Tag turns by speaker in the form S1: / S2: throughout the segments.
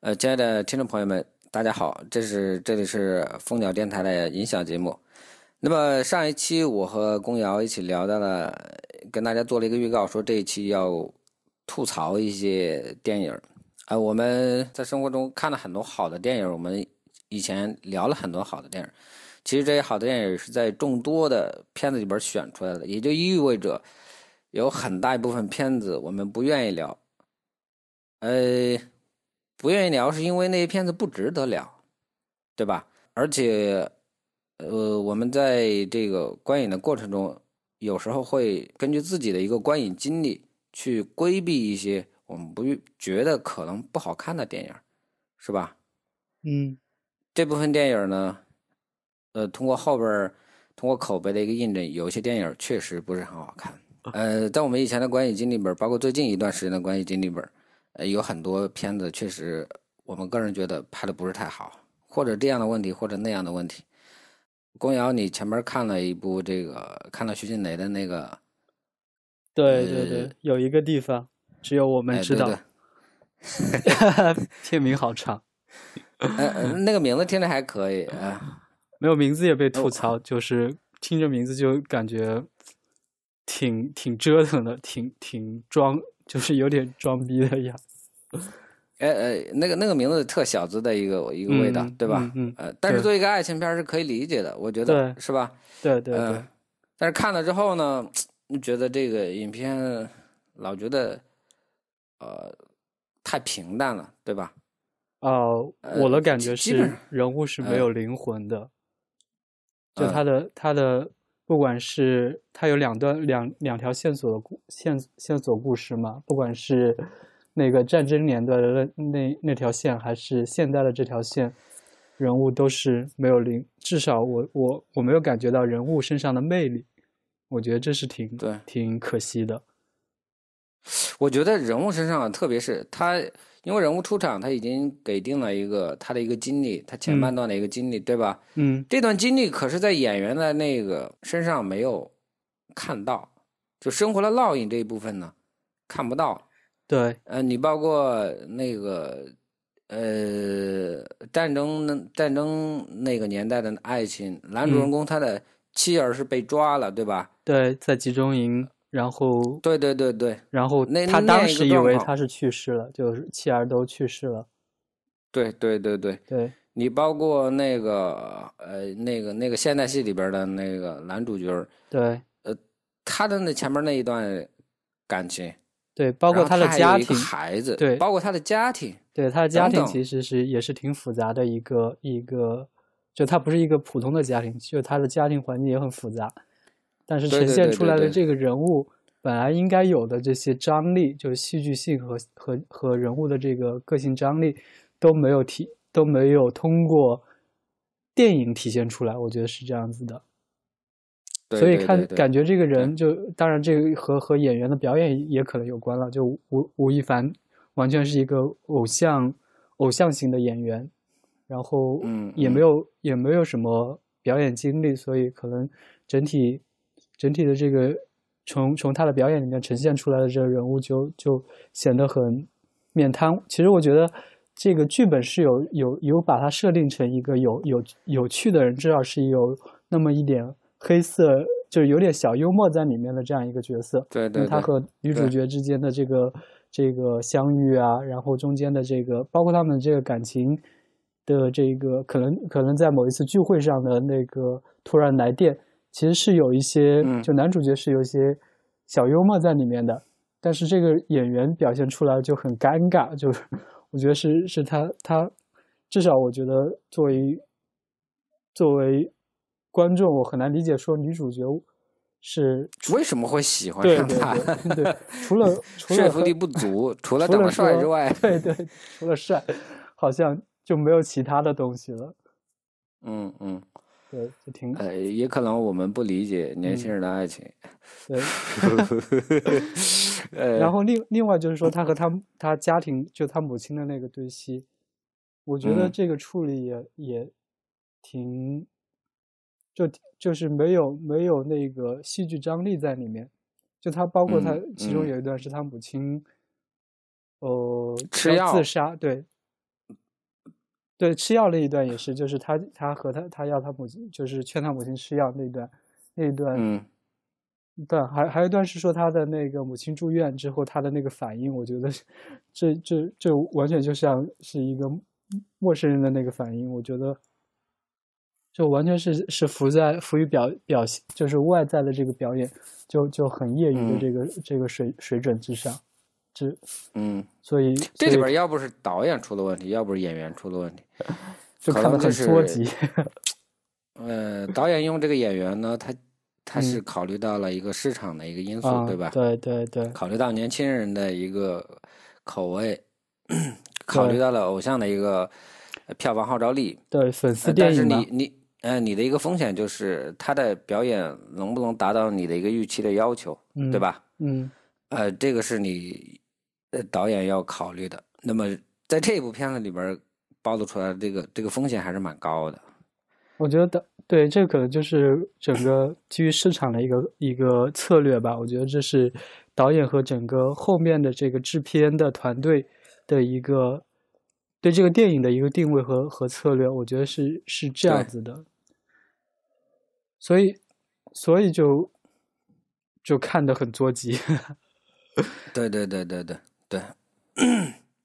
S1: 呃，亲爱的听众朋友们，大家好，这是这里是蜂鸟电台的音响节目。那么上一期我和龚瑶一起聊到了，跟大家做了一个预告，说这一期要吐槽一些电影。啊、呃，我们在生活中看了很多好的电影，我们以前聊了很多好的电影。其实这些好的电影是在众多的片子里边选出来的，也就意味着有很大一部分片子我们不愿意聊。呃，不愿意聊是因为那些片子不值得聊，对吧？而且，呃，我们在这个观影的过程中，有时候会根据自己的一个观影经历去规避一些我们不觉得可能不好看的电影，是吧？
S2: 嗯，
S1: 这部分电影呢，呃，通过后边儿通过口碑的一个印证，有些电影确实不是很好看。
S2: 啊
S1: 呃，在我们以前的观影经历本，包括最近一段时间的观影经历本。呃，有很多片子确实，我们个人觉得拍的不是太好，或者这样的问题，或者那样的问题。公瑶，你前面看了一部这个，看了徐静蕾的那个，
S2: 对对对，呃、有一个地方只有我们
S1: 哎
S2: 知道，片、哎、名好长
S1: 呃，呃，那个名字听着还可以啊，
S2: 没有名字也被吐槽，哦、就是听着名字就感觉挺挺折腾的，挺挺装。就是有点装逼的样子，
S1: 哎哎，那个那个名字特小资的一个一个味道，
S2: 嗯、
S1: 对吧？
S2: 嗯，嗯
S1: 呃，但是作为一个爱情片是可以理解的，我觉得是吧？
S2: 对对对、
S1: 呃。但是看了之后呢，觉得这个影片老觉得呃太平淡了，对吧？
S2: 哦、呃，我的感觉是人物是没有灵魂的，呃、就他的他的。不管是它有两段两两条线索的故线线索故事嘛，不管是那个战争年代的那那那条线，还是现代的这条线，人物都是没有灵，至少我我我没有感觉到人物身上的魅力，我觉得这是挺
S1: 对
S2: 挺可惜的。
S1: 我觉得人物身上，特别是他，因为人物出场，他已经给定了一个他的一个经历，他前半段的一个经历，
S2: 嗯、
S1: 对吧？
S2: 嗯，
S1: 这段经历可是在演员的那个身上没有看到，就生活的烙印这一部分呢，看不到。
S2: 对，
S1: 呃，你包括那个呃战争战争那个年代的爱情，男主人公他的妻儿是被抓了，
S2: 嗯、
S1: 对吧？
S2: 对，在集中营。然后，
S1: 对对对对，
S2: 然后他当时以为他是去世了，就是妻儿都去世了。
S1: 对对对对
S2: 对，
S1: 你包括那个呃那个那个现代戏里边的那个男主角，
S2: 对，
S1: 呃，他的那前面那一段感情，
S2: 对，包括
S1: 他
S2: 的家庭、
S1: 孩子，
S2: 对，
S1: 包括他的家庭，
S2: 对他的家庭
S1: 等等
S2: 其实是也是挺复杂的一个一个，就他不是一个普通的家庭，就他的家庭环境也很复杂，但是呈现出来的这个人物。
S1: 对对对
S2: 本来应该有的这些张力，就是戏剧性和和和人物的这个个性张力都没有体都没有通过电影体现出来，我觉得是这样子的。
S1: 对
S2: 所以看
S1: 对
S2: 感觉这个人就，当然这个和和演员的表演也可能有关了。就吴吴亦凡完全是一个偶像偶像型的演员，然后
S1: 嗯
S2: 也没有、嗯、也没有什么表演经历，所以可能整体整体的这个。从从他的表演里面呈现出来的这个人物就，就就显得很面瘫。其实我觉得这个剧本是有有有把它设定成一个有有有趣的人，至少是有那么一点黑色，就是有点小幽默在里面的这样一个角色。
S1: 对对,对。
S2: 他和女主角之间的这个这个相遇啊，然后中间的这个，包括他们这个感情的这个，可能可能在某一次聚会上的那个突然来电。其实是有一些，就男主角是有一些小幽默在里面的，
S1: 嗯、
S2: 但是这个演员表现出来就很尴尬，就是 我觉得是是他他，至少我觉得作为作为观众，我很难理解说女主角是
S1: 为什么会喜欢
S2: 对
S1: 上
S2: 他，对,对,对，除了除了
S1: 说服力不足，除了长得帅之外，
S2: 对对，除了帅，好像就没有其他的东西了，
S1: 嗯嗯。嗯
S2: 对，就挺
S1: 呃，也可能我们不理解年轻人的爱情。
S2: 嗯、
S1: 呃
S2: 对， 然后另另外就是
S1: 嗯
S2: 说，他和他他家庭，就他母亲的那个对戏，我觉得这个处理也、
S1: 嗯、
S2: 也挺，就就是没有没有那个戏剧张力在里面。就他包括他、
S1: 嗯、
S2: 其中有一段是他母亲，呃，
S1: 吃药
S2: 自杀，对，对吃药那一段也是，就是他他和他他要他母亲，就是劝他母亲吃药那一段，那一段，
S1: 嗯，
S2: 对，还还有一段是说他的那个母亲住院之后他的那个反应，我觉得这这这完全就像是一个陌生人的那个反应，我觉得就完全是是浮在浮于表表现，就是外在的这个表演，就就很业余的这个、这个水水准之上，这
S1: 嗯，
S2: 所以
S1: 这里
S2: 所以
S1: 边要不是导演出了问题，要不是演员出了问题，
S2: 就
S1: 可
S2: 看得
S1: 能
S2: 很
S1: 是
S2: 缩集，
S1: 呃，导演用这个演员呢，他他
S2: 嗯
S1: 是考虑到了一个市场的一个因素，
S2: 啊，
S1: 对吧？呃
S2: 对对对，
S1: 考虑到年轻人的一个口味，考虑到了偶像的一个呃票房号召力。
S2: 对粉丝
S1: 呃
S2: 电
S1: 但是
S2: 影嘛，
S1: 你你呃，你的一个风险就是他的表演能不能达到你的一个预期的要求，
S2: 嗯，
S1: 对？吧？
S2: 嗯，
S1: 呃，这个是你呃导演要考虑的。那么在这部片子里边儿暴露出来的这个这个风险还是蛮高的。
S2: 我觉得导对这可能就是整个基于市场的一个一个策略吧。我觉得这是导演和整个后面的这个制片的团队的一个对这个电影的一个定位和和策略，我觉得是是这样
S1: 对
S2: 子的。所以，所以就就看得很着急。
S1: 对对对对对对，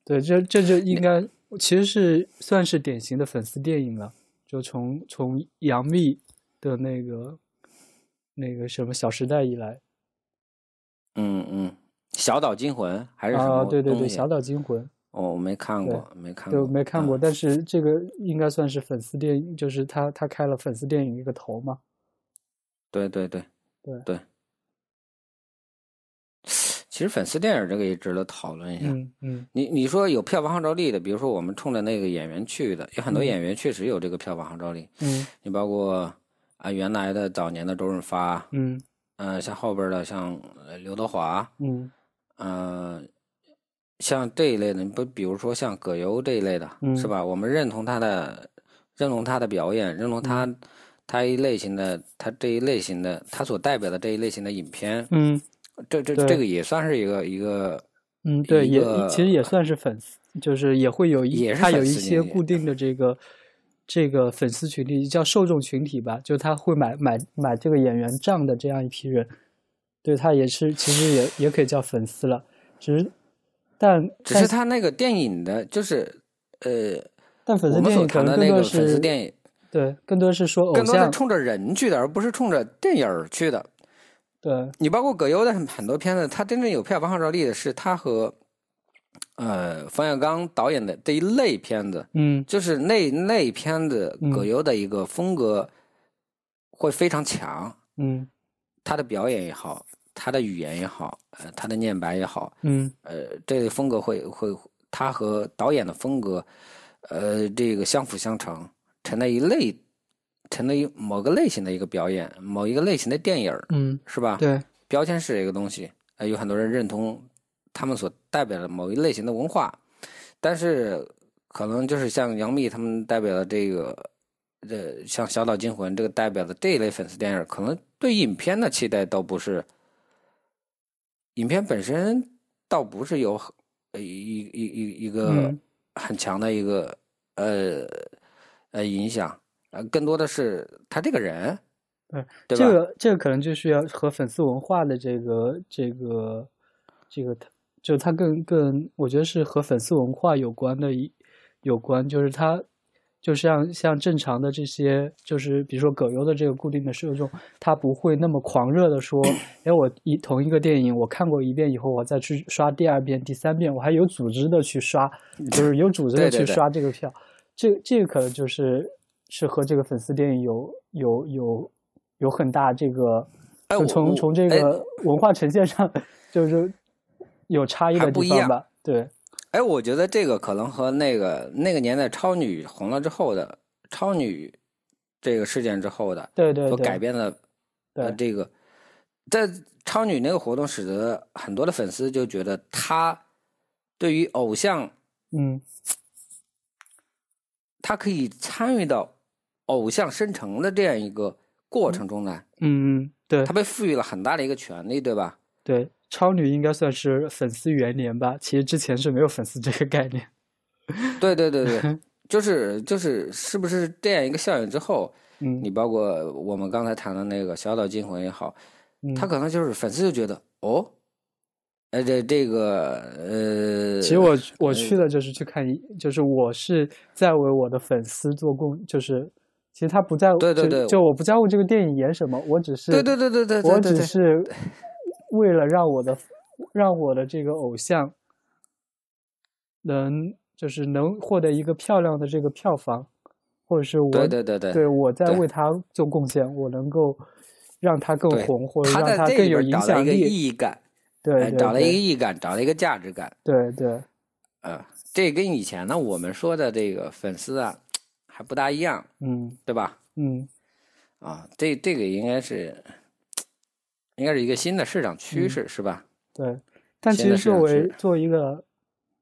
S2: 对，这这就应该其实是算是典型的粉丝电影了，就从从杨幂的那个那个什么《小时代》以来
S1: 嗯嗯，小岛惊魂还是什么
S2: 啊，
S1: 东西？
S2: 对对对，《小岛惊魂
S1: 哦，我没看
S2: 对
S1: 过，没》看
S2: 对
S1: 过，
S2: 没看过，
S1: 嗯
S2: 但是这个应该算是粉丝电影，就是他他开了粉丝电影一个头嘛，
S1: 对对对
S2: 对
S1: 对。其实粉丝电影这个也值得讨论一下。
S2: 嗯嗯
S1: 你你说有票房号召力的，比如说我们冲着那个演员去的，有很多
S2: 嗯
S1: 演员确实有这个票房号召力。
S2: 嗯
S1: 你包括啊原来的早年的周润发，
S2: 嗯
S1: 嗯、像后边的像呃刘德华，
S2: 嗯
S1: 嗯、像这一类的，你不比如说像葛优这一类的，
S2: 嗯
S1: 是吧？我们认同他的，认同他的表演，认同他、
S2: 嗯
S1: 他一类型的，他这一类型的，他所代表的这一类型的影片，
S2: 嗯
S1: 这这
S2: 对
S1: 这个也算是一个一个，
S2: 嗯，对，
S1: 一
S2: 也
S1: 个
S2: 其实也算是粉丝，就是也会有一
S1: 也是
S2: 他有
S1: 粉
S2: 一
S1: 丝
S2: 些
S1: 群体啊
S2: 固定的这个这个粉丝群体，叫受众群体吧，就他会买买买这个演员账的这样一批人，对他也是其实也也可以叫粉丝了，只是但
S1: 只
S2: 但
S1: 是他那个电影的，就是呃，
S2: 但粉
S1: 我
S2: 丝
S1: 们
S2: 电
S1: 所
S2: 影可
S1: 谈的
S2: 能更
S1: 那
S2: 多
S1: 个
S2: 是
S1: 粉丝电影，
S2: 对更多是说偶
S1: 更多是
S2: 像
S1: 冲着人去的，而不是冲着电影儿去的。
S2: 对
S1: 你包括葛优的很很多片子，他真正有票房号召力的是他和呃冯小刚导演的这一类片子，
S2: 嗯
S1: 就是那那一片子
S2: 嗯
S1: 葛优的一个风格会非常强，
S2: 嗯
S1: 他的表演也好，他的语言也好，呃，他的念白也好，
S2: 嗯
S1: 呃，这类风格会会他和导演的风格，呃，这个相辅相成，成了一类，成了一某个类型的一个表演，某一个类型的电影儿，
S2: 嗯
S1: 是吧？
S2: 对
S1: 标签是一个东西，呃，有很多人认同他们所代表的某一类型的文化，但是可能就是像杨幂他们代表的这个，这像《小岛惊魂》这个代表的这一类粉丝电影，可能对影片的期待倒不是，影片本身倒不是有很呃一一一一个
S2: 嗯
S1: 很强的一个、呃呃影响，呃，更多的是他这个人，
S2: 对
S1: 对吧？
S2: 这个这个可能就是要和粉丝文化的这个这个这个它，就它更更，我觉得是和粉丝文化有关的一有关，就是它就像像正常的这些，就是比如说葛优的这个固定的受众，他不会那么狂热的说，哎，我一同一个电影我看过一遍以后，我再去刷第二遍、第三遍，我还有组织的去刷，就是有组织的
S1: 对对
S2: 去
S1: 对
S2: 刷这个票。这这个可能就是是和这个粉丝电影有有有有很大这个，
S1: 哎
S2: 就
S1: 我
S2: 从
S1: 我
S2: 从这
S1: 哎
S2: 个文化呈现上就是有差异
S1: 还
S2: 的
S1: 不
S2: 地
S1: 一
S2: 方
S1: 样
S2: 吧？对，
S1: 哎，我觉得这个可能和那个那个年代超女红了之后的超女这个事件之后的
S2: 对对
S1: 所
S2: 对，
S1: 改变的呃
S2: 对
S1: 这个，在超女那个活动使得很多的粉丝就觉得她对于偶像，
S2: 嗯
S1: 她可以参与到偶像生成的这样一个过程中来，
S2: 嗯嗯，对
S1: 她被赋予了很大的一个权利，对吧？
S2: 对，超女应该 算是粉丝元年吧？其实之前是没有粉丝这个概念。
S1: 对对对对，就是就是是不是这样一个效应之后，
S2: 嗯
S1: 你包括我们刚才谈的那个小岛惊魂也好，
S2: 嗯，
S1: 他可能就是粉丝就觉得哦，呃这这个呃，
S2: 其实我我去的就是去看一，就是我是在为我的粉丝做贡，就是其实他不在乎，
S1: 对对
S2: 就
S1: 对
S2: 就我不在乎这个电影演什么，我只是
S1: 对对对对对对
S2: 我
S1: 对
S2: 只
S1: 对，
S2: 是为了让我的让我的这个偶像能就是能获得一个漂亮的这个票房，或者是我
S1: 对对对对，
S2: 对我在
S1: 对
S2: 为他做贡献，我能够让他更
S1: 对
S2: 红，或者
S1: 他
S2: 让
S1: 在
S2: 他
S1: 这
S2: 更
S1: 里
S2: 有
S1: 边
S2: 影
S1: 找到
S2: 响
S1: 一个
S2: 力，
S1: 意义感，
S2: 对
S1: 哎，
S2: 对
S1: 找到一个
S2: 对
S1: 意义感，找到一个价值感，
S2: 对对，
S1: 呃，这跟以前呢我们说的这个粉丝啊还不大一样，
S2: 嗯
S1: 对吧？
S2: 嗯
S1: 啊，这这个应该是应该是一个新的市场
S2: 嗯
S1: 趋势，是吧？
S2: 对。但其
S1: 现在
S2: 实
S1: 市场
S2: 作为
S1: 是
S2: 作为一个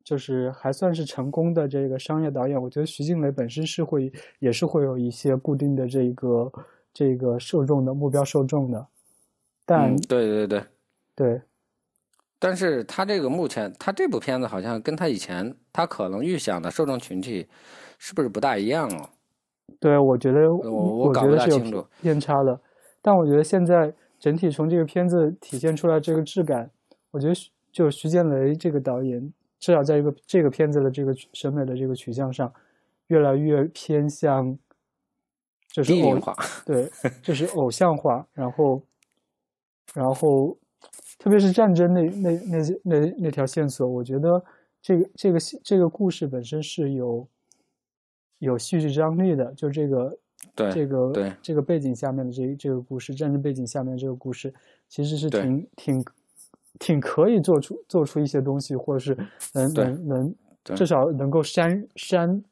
S2: 就是还算是成功的这个商业导演，我觉得徐静蕾本身是会也是会有一些固定的这个这个受众的目标受众的，但、
S1: 嗯，对对对。
S2: 对
S1: 但是他这个目前，他这部片子好像跟他以前他可能预想的受众群体是不是不大一样哦？
S2: 对，我觉得
S1: 我
S2: 我
S1: 我搞
S2: 觉
S1: 不
S2: 得
S1: 大
S2: 是有
S1: 清楚
S2: 偏差的，但我觉得现在整体从这个片子体现出来这个质感，我觉得徐就徐建雷这个导演，至少在这个这个片子的这个取审美的这个取向上，越来越偏向，就是
S1: 低
S2: 偶
S1: 龄化，
S2: 对，就是偶像化，然后，然后，特别是战争那那那些那那条线索，我觉得这个这个戏这个故事本身是有有戏剧张力的，就这个
S1: 对
S2: 这个
S1: 对
S2: 这个背景下面的这这个故事，战争背景下面的这个故事，其实是
S1: 对
S2: 挺挺挺可以做出做出一些东西，或者是能
S1: 对
S2: 能能
S1: 对
S2: 至少能够煽煽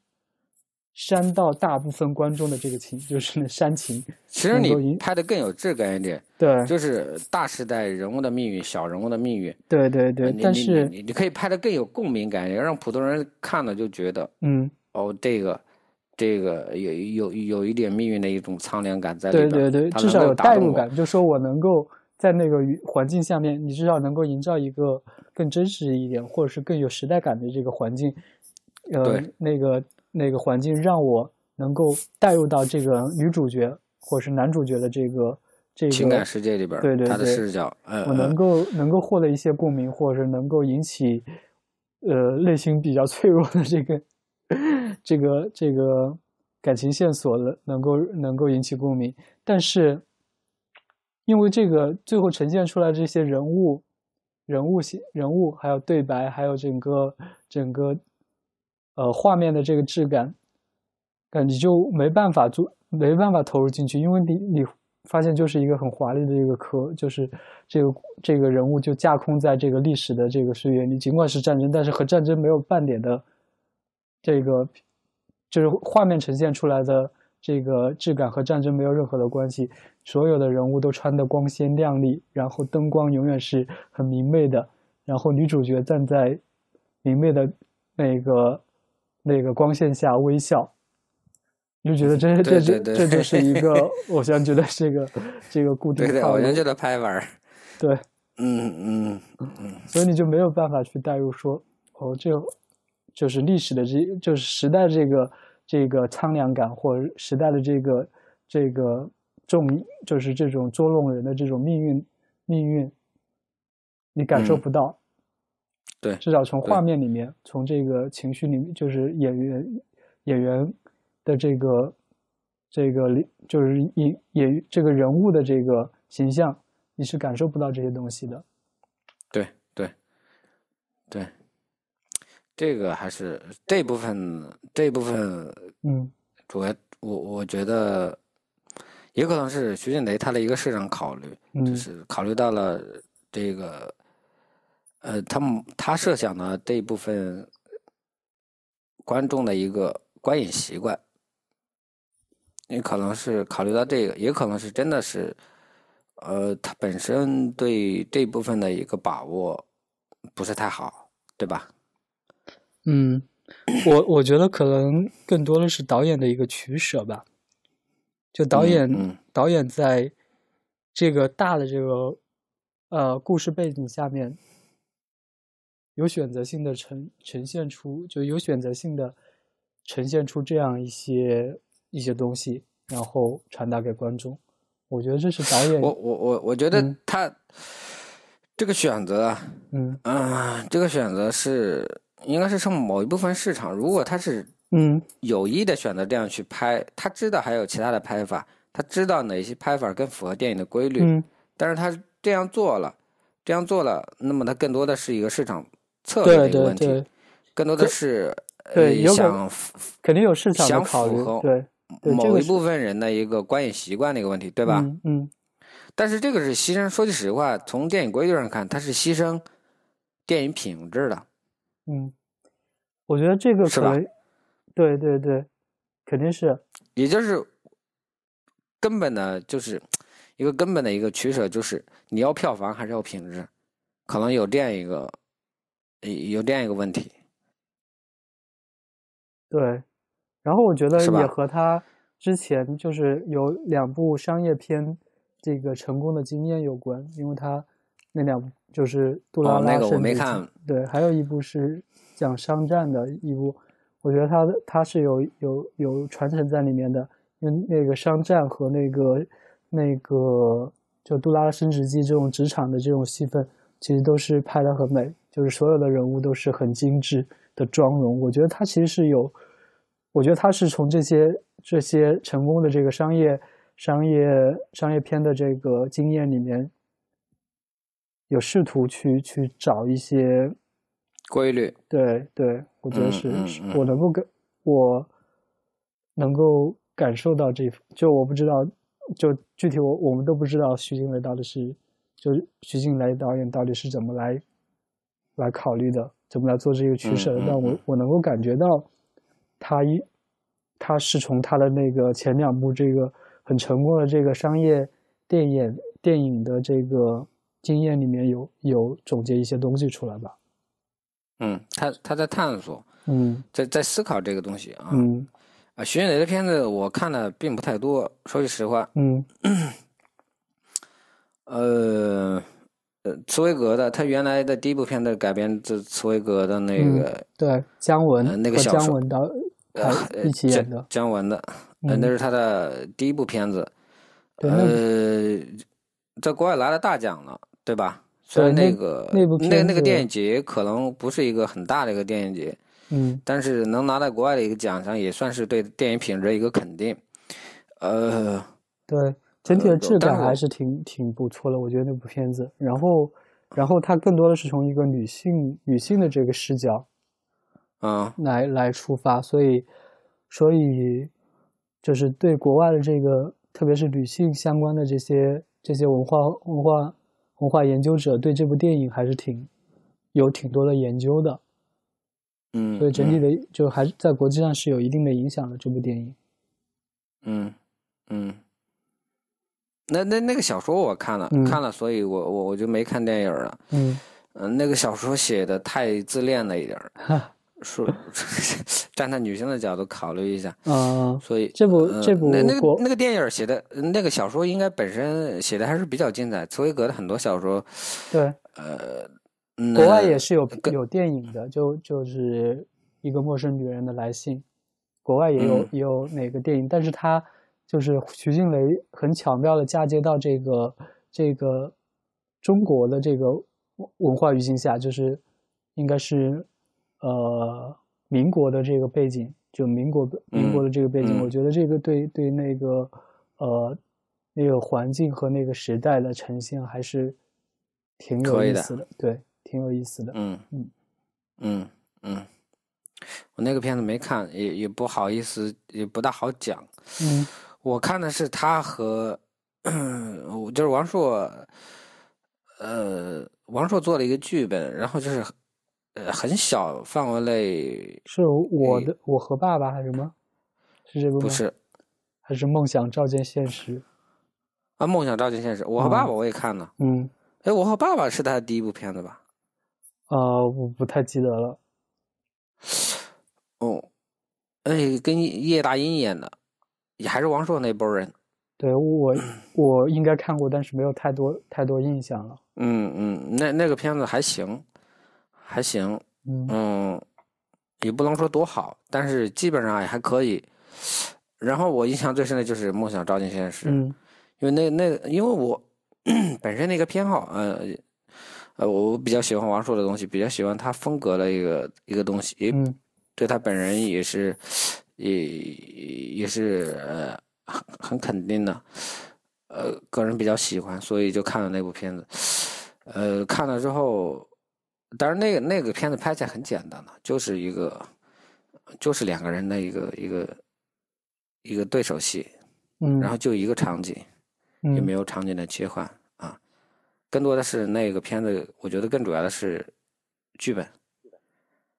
S2: 煽到大部分观众的这个情，就是那煽情。
S1: 其实
S2: 能够
S1: 你
S2: 引
S1: 拍的更有质感一点，
S2: 对
S1: 就是大时代人物的命运，小人物的命运。
S2: 对对对，
S1: 哎你
S2: 但
S1: 你
S2: 是
S1: 你你可以拍的更有共鸣感一点，让普通人看了就觉得
S2: 嗯，
S1: 哦，这个这个有有有一点命运的一种苍凉感在里
S2: 对
S1: 边，
S2: 对对，
S1: 它
S2: 至
S1: 能
S2: 少
S1: 够
S2: 有
S1: 打
S2: 代
S1: 动
S2: 入
S1: 我
S2: 感，就说我能够在那个语环境下面，你至少能够营造一个更真实一点，或者是更有时代感的这个环境。呃
S1: 对，
S2: 那个那个环境让我能够带入到这个女主角或者是男主角的这个这个
S1: 情感世界里边儿，
S2: 对对
S1: 他的
S2: 对
S1: 视角，嗯，
S2: 我能
S1: 嗯
S2: 够能够获得一些共鸣，或者是能够引起，呃，内心比较脆弱的这个这个这个感情线索的，能够能够引起共鸣。但是，因为这个最后呈现出来这些人物、人物形、人物，还有对白，还有整个整个呃画面的这个质感，感你就没办法做，没办法投入进去，因为你你发现就是一个很华丽的一个壳，就是这个这个人物就架空在这个历史的这个岁月里，尽管是战争，但是和战争没有半点的这个，就是画面呈现出来的这个质感和战争没有任何的关系。所有的人物都穿得光鲜亮丽，然后灯光永远是很明媚的，然后女主角站在明媚的那个那个光线下微笑，你就觉得这这
S1: 对
S2: 这
S1: 对对
S2: 这就是一个偶像剧的这个这个固定
S1: 对对，
S2: 套
S1: 我
S2: 路
S1: 就，觉得拍玩儿，
S2: 对，
S1: 嗯嗯，
S2: 所以你就没有办法去代入说，哦，这就是历史的这，就是时代这个这个苍凉感，或者时代的这个这个重，就是这种捉弄人的这种命运命运，你感受
S1: 嗯
S2: 不到。
S1: 对
S2: 至少从
S1: 对
S2: 画面里面，从这个情绪里面，就是演员演员的这个这个里就是演演这个人物的这个形象，你是感受不到这些东西的。
S1: 对对对，这个还是这部分这部分
S2: 嗯。
S1: 主要我我觉得，也可能是徐静蕾她的一个市场考虑，就
S2: 嗯
S1: 是考虑到了这个，呃，他们他设想的这一部分观众的一个观影习惯，也可能是考虑到这个，也可能是真的是，呃，他本身对这部分的一个把握不是太好，对吧？
S2: 嗯，我我觉得可能更多的是导演的一个取舍吧。就导
S1: 嗯
S2: 演、
S1: 嗯
S2: 导演在这个大的这个呃故事背景下面，有选择性的呈呈现出，就有选择性的呈现出这样一些一些东西，然后传达给观众。我觉得这是导演
S1: 我我我我觉得
S2: 嗯
S1: 他这个选择啊，
S2: 嗯
S1: 嗯，这个选择是应该是受某一部分市场。如果他是
S2: 嗯
S1: 有意的选择这样去拍，他知道还有其他的拍法，他知道哪些拍法更符合电影的规律，
S2: 嗯
S1: 但是他这样做了，这样做了，那么他更多的是一个市场策略的
S2: 对
S1: 一个
S2: 对
S1: 问题，
S2: 对，
S1: 更多的是
S2: 对
S1: 呃
S2: 有可
S1: 想
S2: 肯定有市场
S1: 想
S2: 的考虑
S1: 符合，
S2: 对对，这
S1: 某
S2: 个
S1: 一
S2: 是
S1: 部分人的一个观影习惯的一个问题，对吧？
S2: 嗯嗯
S1: 但是这个是牺牲，说句实话，从电影规律上看，它是牺牲电影品质的。
S2: 嗯，我觉得这个
S1: 是
S2: 可
S1: 吧
S2: 能，对对对，肯定是
S1: 也就是根本的，就是一个根本的一个取舍，就是你要票房还是要品质，可能有这样一个有这样一个问题。
S2: 对。然后我觉得
S1: 是
S2: 也
S1: 吧
S2: 和他之前就是有两部商业片这个成功的经验有关，因为他那两部就是《杜拉
S1: 哦，
S2: 拉
S1: 那个我
S2: 圣
S1: 没
S2: 地
S1: 看
S2: 巡，对，还有一部是讲商战的一部，我觉得它的它是有有有传承在里面的，因为那个商战和那个那个就杜拉拉升职记这种职场的这种戏份，其实都是拍的很美，就是所有的人物都是很精致的妆容，我觉得它其实是有，我觉得它是从这些这些成功的这个商业商业商业片的这个经验里面。有试图去去找一些
S1: 规律，
S2: 对对，我觉得
S1: 嗯
S2: 是，
S1: 嗯
S2: 是
S1: 嗯
S2: 我能够感，我能够感受到这，就我不知道，就具体我我们都不知道徐静蕾到底是，就是徐静蕾导演到底是怎么来来考虑的，怎么来做这个取舍的。
S1: 嗯嗯
S2: 但我
S1: 嗯
S2: 我能够感觉到，他一他是从他的那个前两部这个很成功的这个商业电影电影的这个经验里面有有总结一些东西出来吧。
S1: 嗯，他他在探索，
S2: 嗯
S1: 在在思考这个东西啊。
S2: 嗯
S1: 啊，徐静蕾的片子我看的并不太多，说句实话，
S2: 嗯。
S1: 呃，呃，茨威格的，他原来的第一部片子改编自茨威格的那
S2: 嗯
S1: 个、
S2: 对，姜文
S1: 呃那个
S2: 和
S1: 小
S2: 姜
S1: 说
S2: 文导
S1: 呃
S2: 他一起演的，
S1: 姜文的，呃，
S2: 嗯
S1: 那是他的第一部片子，
S2: 对那部
S1: 呃，在国外拿了大奖了，对吧？虽然
S2: 对那
S1: 个
S2: 那部
S1: 那
S2: 片
S1: 那个
S2: 子
S1: 电影节可能不是一个很大的一个电影节，
S2: 嗯
S1: 但是能拿到国外的一个奖项，也算是对电影品质的一个肯定。呃，
S2: 对，整体的
S1: 呃
S2: 质
S1: 但
S2: 感
S1: 是
S2: 还
S1: 我
S2: 是挺挺不错的，我觉得那部片子。然后，然后它更多的是从一个女性女性的这个视角
S1: 嗯，
S2: 来来出发，所以所以就是对国外的这个，特别是女性相关的这些这些文化文化文化研究者，对这部电影还是挺有挺多的研究的。
S1: 嗯，
S2: 所以整体
S1: 嗯
S2: 的就还是在国际上是有一定的影响的。这部电影，
S1: 嗯，嗯，那那那个小说我看了，
S2: 嗯
S1: 看了，所以我我我就没看电影了。
S2: 嗯，
S1: 嗯、那个小说写的太自恋了一点儿，
S2: 哈，
S1: 说 站在女性的角度考虑一下，
S2: 嗯，
S1: 所以
S2: 这部
S1: 呃
S2: 这部
S1: 那那
S2: 国
S1: 个那个电影写的那个小说应该本身写的还是比较精彩，茨威格的很多小说，
S2: 对，
S1: 呃，
S2: 国
S1: 那呃
S2: 外也是有
S1: 跟
S2: 有电影的，就就是一个陌生女人的来信，国外也有、
S1: 嗯
S2: 也有哪个电影，但是它就是徐静蕾很巧妙的嫁接到这个这个中国的这个文文化语境下，就是应该是呃民国的这个背景，就民国民国的这个背景，
S1: 嗯
S2: 我觉得这个对对那个呃那个环境和那个时代的呈现还是挺有
S1: 可以
S2: 意
S1: 的
S2: 思的，对，挺有意思的。
S1: 嗯
S2: 嗯
S1: 嗯嗯，我那个片子没看，也也不好意思，也不大好讲。
S2: 嗯
S1: 我看的是他和， 我就是王朔，呃，王朔做了一个剧本，然后就是，呃，很小范围内，
S2: 是我的我和爸爸还是什么？是这部吗？
S1: 不是
S2: 还是梦想照见现实？
S1: 啊，梦想照进现实。我和爸爸我也看了，
S2: 嗯，
S1: 哎、我和爸爸是他的第一部片子吧？
S2: 呃，我不太记得了。
S1: 哦，哎，跟叶大鹰演的，也还是王朔那波人。
S2: 对我，我应该看过，但是没有太多太多印象了。
S1: 嗯嗯，那那个片子还行，还行，
S2: 嗯
S1: 嗯，也不能说多好，但是基本上也还可以。然后我印象最深的就是《梦想照进现实》，
S2: 嗯
S1: 因为那那因为我 本身那个偏好，呃呃，我比较喜欢王朔的东西，比较喜欢他风格的一个一个东西，也
S2: 嗯
S1: 对他本人也是也也是呃很很肯定的，呃，个人比较喜欢，所以就看了那部片子。呃，看了之后，当然那个那个片子拍起来很简单的，就是一个就是两个人的一个一个一个对手戏，
S2: 嗯，
S1: 然后就一个场景，也没
S2: 嗯
S1: 有场景的切换啊。更多的是那个片子，我觉得更主要的是剧本，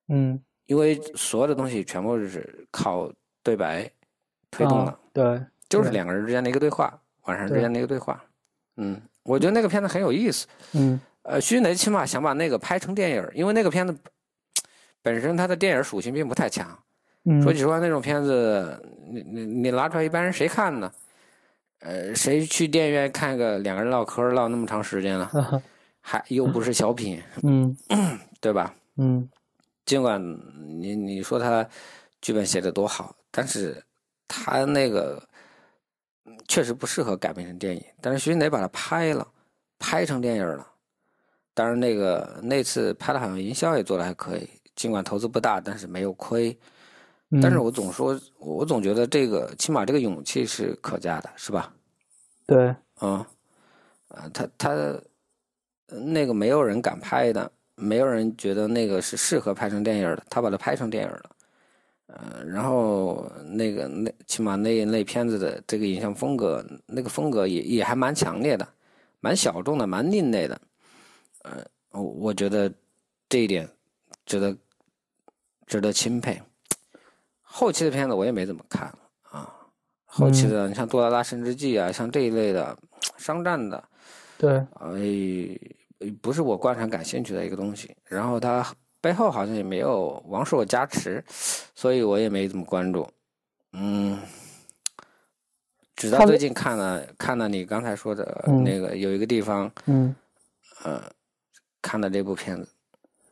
S2: 嗯
S1: 因为所有的东西全部是靠对白推动的，
S2: 啊对，
S1: 就是
S2: 对
S1: 两个人之间的一个对话，晚上之
S2: 对
S1: 间的一个对话。嗯，我觉得那个片子很有意思。
S2: 嗯
S1: 呃，徐磊起码想把那个拍成电影儿，因为那个片子本身它的电影属性并不太强。
S2: 嗯，
S1: 说实话，那种片子，你你你拿出来，一般人谁看呢？呃，谁去电影院看个两个人唠嗑儿唠那么长时间了，还又不是小品，
S2: 啊嗯
S1: 对吧？
S2: 嗯
S1: 尽管你你说他剧本写的多好，但是他那个嗯确实不适合改编成电影。但是徐云雷把它拍了，拍成电影了。当然，那个那次拍的好像营销也做的还可以，尽管投资不大，但是没有亏。
S2: 嗯，
S1: 但是我总说，我总觉得这个起码这个勇气是可嘉的，是吧？
S2: 对，
S1: 啊、啊，他他呃那个没有人敢拍的，没有人觉得那个是适合拍成电影儿的，他把它拍成电影儿了。呃，然后那个那起码那那片子的这个影像风格，那个风格也也还蛮强烈的，蛮小众的，蛮另类的。呃，我我觉得这一点值得值得钦佩。后期的片子我也没怎么看啊，后期的、你像《杜拉拉升职记》啊，像这一类的商战的，
S2: 对，
S1: 呃，哎不是我惯常感兴趣的一个东西。然后它背后好像也没有王朔加持，所以我也没怎么关注。嗯，直到
S2: 他的
S1: 最近看了看了你刚才说的
S2: 嗯
S1: 那个有一个地方，
S2: 嗯
S1: 呃，看的这部片子，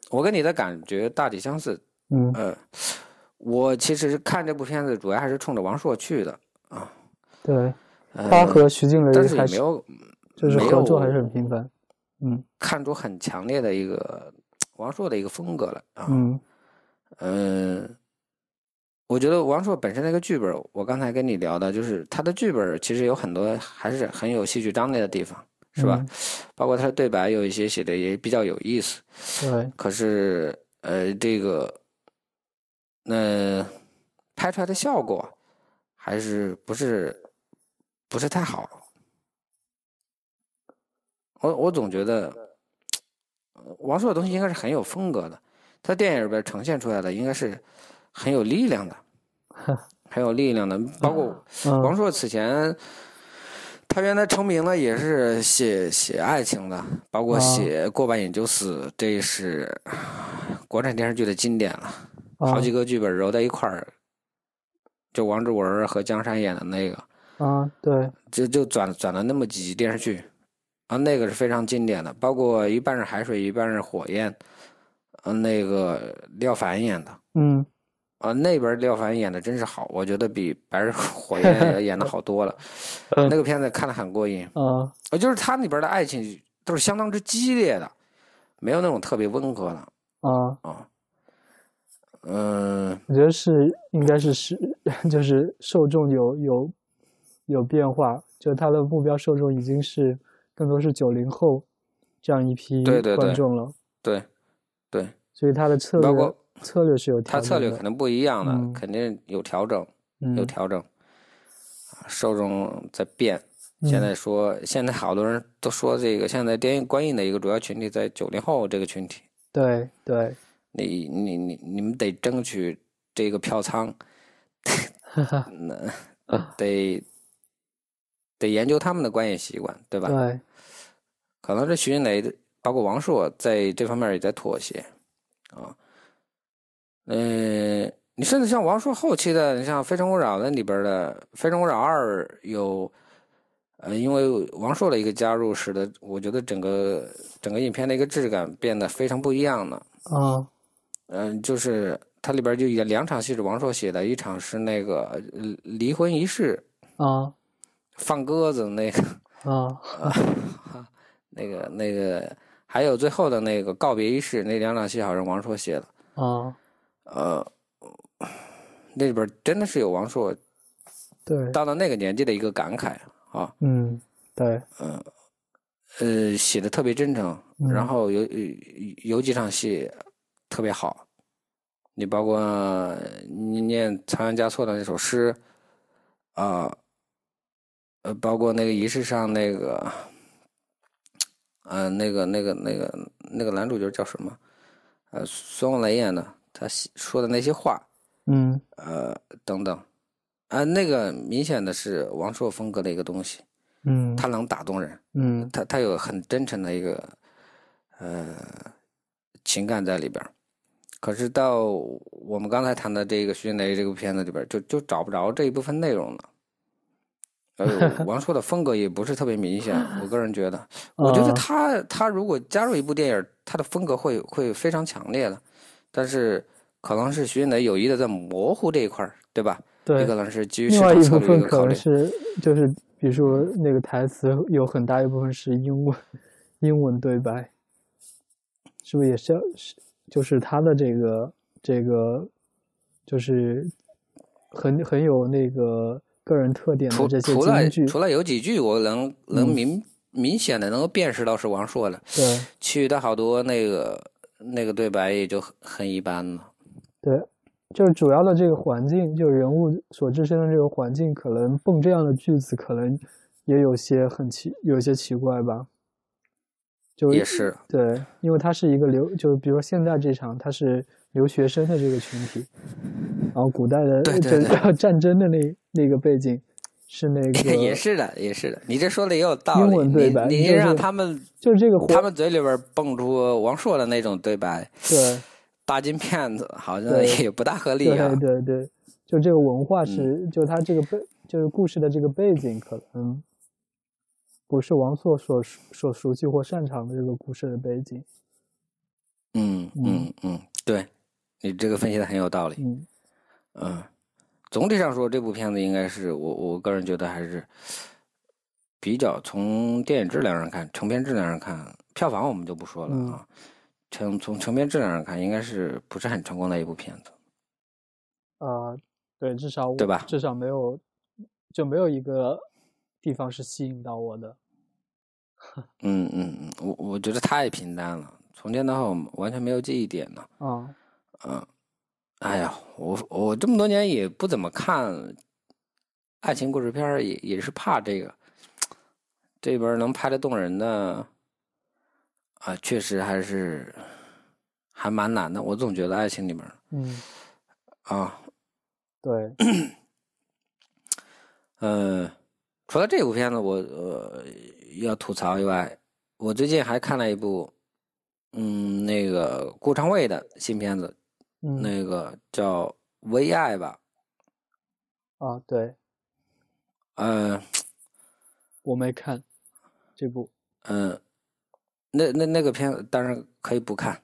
S1: 我跟你的感觉大体相似。
S2: 嗯
S1: 呃，我其实看这部片子主要还是冲着王朔去的。
S2: 对，
S1: 呃、
S2: 他和徐静蕾
S1: 但是也
S2: 还
S1: 没
S2: 是
S1: 有
S2: 就是
S1: 没
S2: 合作还
S1: 有啊
S2: 是很频繁，嗯
S1: 看出很强烈的一个王朔的一个风格来啊。
S2: 嗯
S1: 嗯、我觉得王朔本身那个剧本，我刚才跟你聊的，就是他的剧本其实有很多还是很有戏剧张力的地方，是吧？
S2: 嗯
S1: 包括他的对白有一些写的也比较有意思。
S2: 对，
S1: 可是呃，这个，呃，拍出来的效果还是不是不是太好。我我总觉得，呃王朔的东西应该是很有风格的，他电影里边呈现出来的应该是很有力量的，很有力量的。包括王
S2: 嗯
S1: 朔此前，他原来成名了也是写写爱情的，包括
S2: 啊
S1: 写《过把瘾就死》，这是国产电视剧的经典了。
S2: 嗯啊
S1: 好几个剧本揉在一块儿，就王志文和江山演的那个，
S2: 啊对，
S1: 就就转转了那么几集电视剧，啊，那个是非常经典的，包括一半是海水，一半是火焰，嗯，那个廖凡演的，
S2: 嗯
S1: 啊，那边廖凡演的真是好，我觉得比《白 日火焰》也演的好多了，
S2: 嗯
S1: 那个片子看的很过瘾，
S2: 啊
S1: 呃，就是它里边的爱情都是相当之激烈的，没有那种特别温和的
S2: 啊，
S1: 啊，嗯、
S2: 我觉得是应该是 是就是受众有有有变化，就他的目标受众已经是更多是九零后这样一批
S1: 对对对
S2: 观众了，
S1: 对，对。
S2: 所以他的策
S1: 包
S2: 略
S1: 括
S2: 策略是有
S1: 他
S2: 调
S1: 策
S2: 整
S1: 略
S2: 的
S1: 可能不一样的，
S2: 嗯
S1: 肯定有调整，有
S2: 嗯
S1: 调整，啊受众在变。
S2: 嗯
S1: 现在说，现在好多人都说这个，现在电影观影的一个主要群体在九零后这个群体，
S2: 对对，
S1: 你你你你们得争取这个票仓，
S2: 哈哈，
S1: 得得研究他们的观影习惯，对吧？
S2: 对
S1: 可能是徐云雷的，包括王朔在这方面也在妥协啊。嗯、你甚至像王朔后期的，你像《非诚勿扰》那里边的《非诚勿扰二》有，呃，因为王朔的一个加入，使得我觉得整个整个影片的一个质感变得非常不一样了。
S2: 啊
S1: 嗯、就是它里边就演两场戏是王朔写的，一场是那个呃离婚仪式
S2: 啊
S1: 放鸽子那个，
S2: 啊
S1: 啊，那个那个，还有最后的那个告别仪式，那两场戏好像王朔写的，
S2: 啊！
S1: 呃，那里边真的是有王朔
S2: 对，
S1: 到了那个年纪的一个感慨啊，
S2: 嗯，对，
S1: 呃，写的特别真诚，
S2: 嗯
S1: 然后有有有几场戏特别好，你包括你念《仓央嘉措》的那首诗，啊、呃，包括那个仪式上那个，呃，那个那个那个那个男主角叫什么？呃，孙红雷演的，他写说的那些话，
S2: 嗯
S1: 呃，等等，啊、那个明显的是王朔风格的一个东西，
S2: 嗯
S1: 他能打动人。
S2: 嗯
S1: 他他有很真诚的一个呃情感在里边儿，可是到我们刚才谈的这个徐静蕾这部片子里边儿，就就找不着这一部分内容了。呃，王朔的风格也不是特别明显，我个人觉得，我觉得
S2: 啊
S1: 他他如果加入一部电影儿，他的风格会会非常强烈的，但是可能是徐静蕾有意的在模糊这一块儿，对吧？也
S2: 对
S1: 可，能是基于市
S2: 另外
S1: 场
S2: 一
S1: 策略
S2: 部
S1: 的一
S2: 分
S1: 个
S2: 可
S1: 考
S2: 能
S1: 虑。
S2: 是就是，比如说那个台词有很大一部分是英文英文对白，是不是也是要是就是他的这个这个就是很很有那个个人特点
S1: 除
S2: 的这些嗯
S1: 除了
S2: 金句，
S1: 除了有几句我能能明、明显的能够辨识到是王朔的，
S2: 对
S1: 其余的好多那个那个对白也就很很一般了。
S2: 对，就是主要的这个环境，就是人物所置身的这个环境，可能蹦这样的句子，可能也有些很奇，有些奇怪吧。就
S1: 也是
S2: 对，因为他是一个留，就是比如说现在这场，他是留学生的这个群体，然后古代的
S1: 对对
S2: 这战争的那那个背景是那个，
S1: 也是的，也是的，你这说的也有道
S2: 英
S1: 理。
S2: 文对白
S1: 你你
S2: 就是
S1: 让他们
S2: 就是这个环
S1: 他们嘴里边蹦出王朔的那种对白，
S2: 对。
S1: 大金骗子好像
S2: 对
S1: 也不大合理
S2: 对
S1: 啊。嗯
S2: 对对，就这个文化是，就它这个背，就是故事的这个背景，可能不是王朔所熟所熟悉或擅长的这个故事的背景。
S1: 嗯嗯嗯，对，你这个分析的很有道理。
S2: 嗯
S1: 嗯，总体上说，这部片子应该是我我个人觉得还是比较从电影质量上看，成片质量上看，票房我们就不说了啊。成从成片质量上看，应该是不是很成功的一部片子。
S2: 啊、对，至少我
S1: 对吧
S2: 至少没有就没有一个地方是吸引到我的。
S1: 嗯嗯嗯，我我觉得太平淡了，从前到后完全没有记忆点呢。
S2: 啊、
S1: 嗯，哎呀，我我这么多年也不怎么看爱情故事片儿，也也是怕这个这边儿能拍的动人的啊，确实还是还蛮难的。我总觉得爱情里面儿
S2: 嗯，
S1: 啊，
S2: 对，
S1: 嗯、除了这部片子我呃要吐槽以外，我最近还看了一部嗯那个顾长卫的新片子，
S2: 嗯
S1: 那个叫《为爱》吧，
S2: 啊，对
S1: 嗯、
S2: 我没看这部，
S1: 嗯，那那那个片当然可以不看，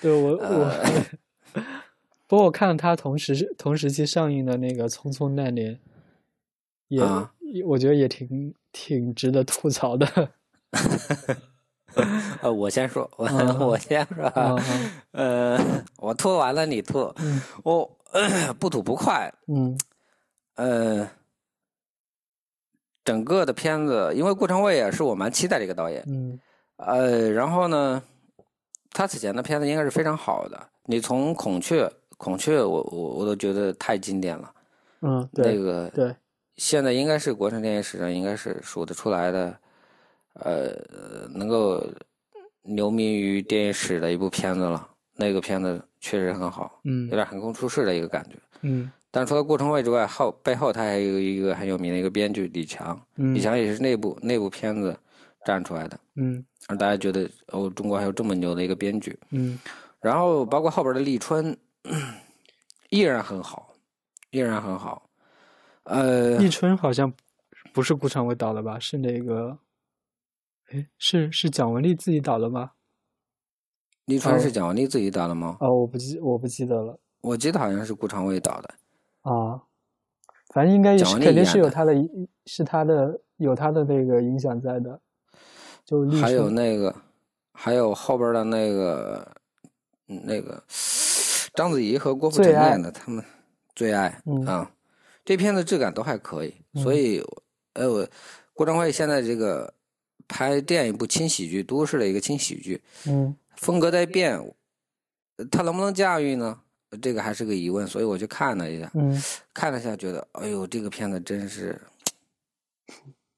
S2: 对我我。 不过我看了他同时同时期上映的那个《匆匆那年》也，
S1: 啊
S2: 也我觉得也挺挺值得吐槽的。
S1: 呃，我先说，我、
S2: 啊
S1: 我先说，
S2: 啊
S1: 呃，我吐完了你吐，
S2: 嗯
S1: 我、不吐不快，
S2: 嗯
S1: 呃，整个的片子，因为顾长卫也啊是我蛮期待的一个导演，
S2: 嗯
S1: 呃，然后呢，他此前的片子应该是非常好的，你从《孔雀》，《孔雀我》我我都觉得太经典了，
S2: 嗯，
S1: 那
S2: 对
S1: 个
S2: 对，
S1: 现在应该是国产电影史上应该是数得出来的，呃，能够留名于电影史的一部片子了。那个片子确实很好，有
S2: 嗯
S1: 点横空出世的一个感觉。
S2: 嗯
S1: 但除了顾长卫之外，后背后他还有一个很有名的一个编剧李强，李
S2: 嗯
S1: 强也是那部那部片子站出来的，
S2: 嗯
S1: 让大家觉得哦，中国还有这么牛的一个编剧。
S2: 嗯
S1: 然后包括后边的立春， 依然很好，依然很好。呃，
S2: 立春好像不是顾长卫导的吧？是那个，哎，是是蒋雯丽自己导的吧？
S1: 立川是蒋雯丽自己导的吗？
S2: 哦，我不记我不记得了。
S1: 我记得好像是顾长卫导的。
S2: 啊，反正应该也
S1: 蒋
S2: 是
S1: 雯丽
S2: 肯定
S1: 演
S2: 是有
S1: 的
S2: 他的影，是他的有他的那个影响在的，就是立
S1: 还有
S2: 春
S1: 那个，还有后边的那个，嗯那个章子怡和郭富城
S2: 最爱
S1: 演的，他们最爱啊、
S2: 嗯
S1: 这片子质感都还可以，所
S2: 嗯
S1: 以呃，我郭长辉现在这个拍这样一部轻喜剧，都市的一个轻喜剧
S2: 嗯
S1: 风格在变，呃他能不能驾驭呢？这个还是个疑问，所以我去看了一下，
S2: 嗯
S1: 看了一下，觉得哎呦，这个片子真是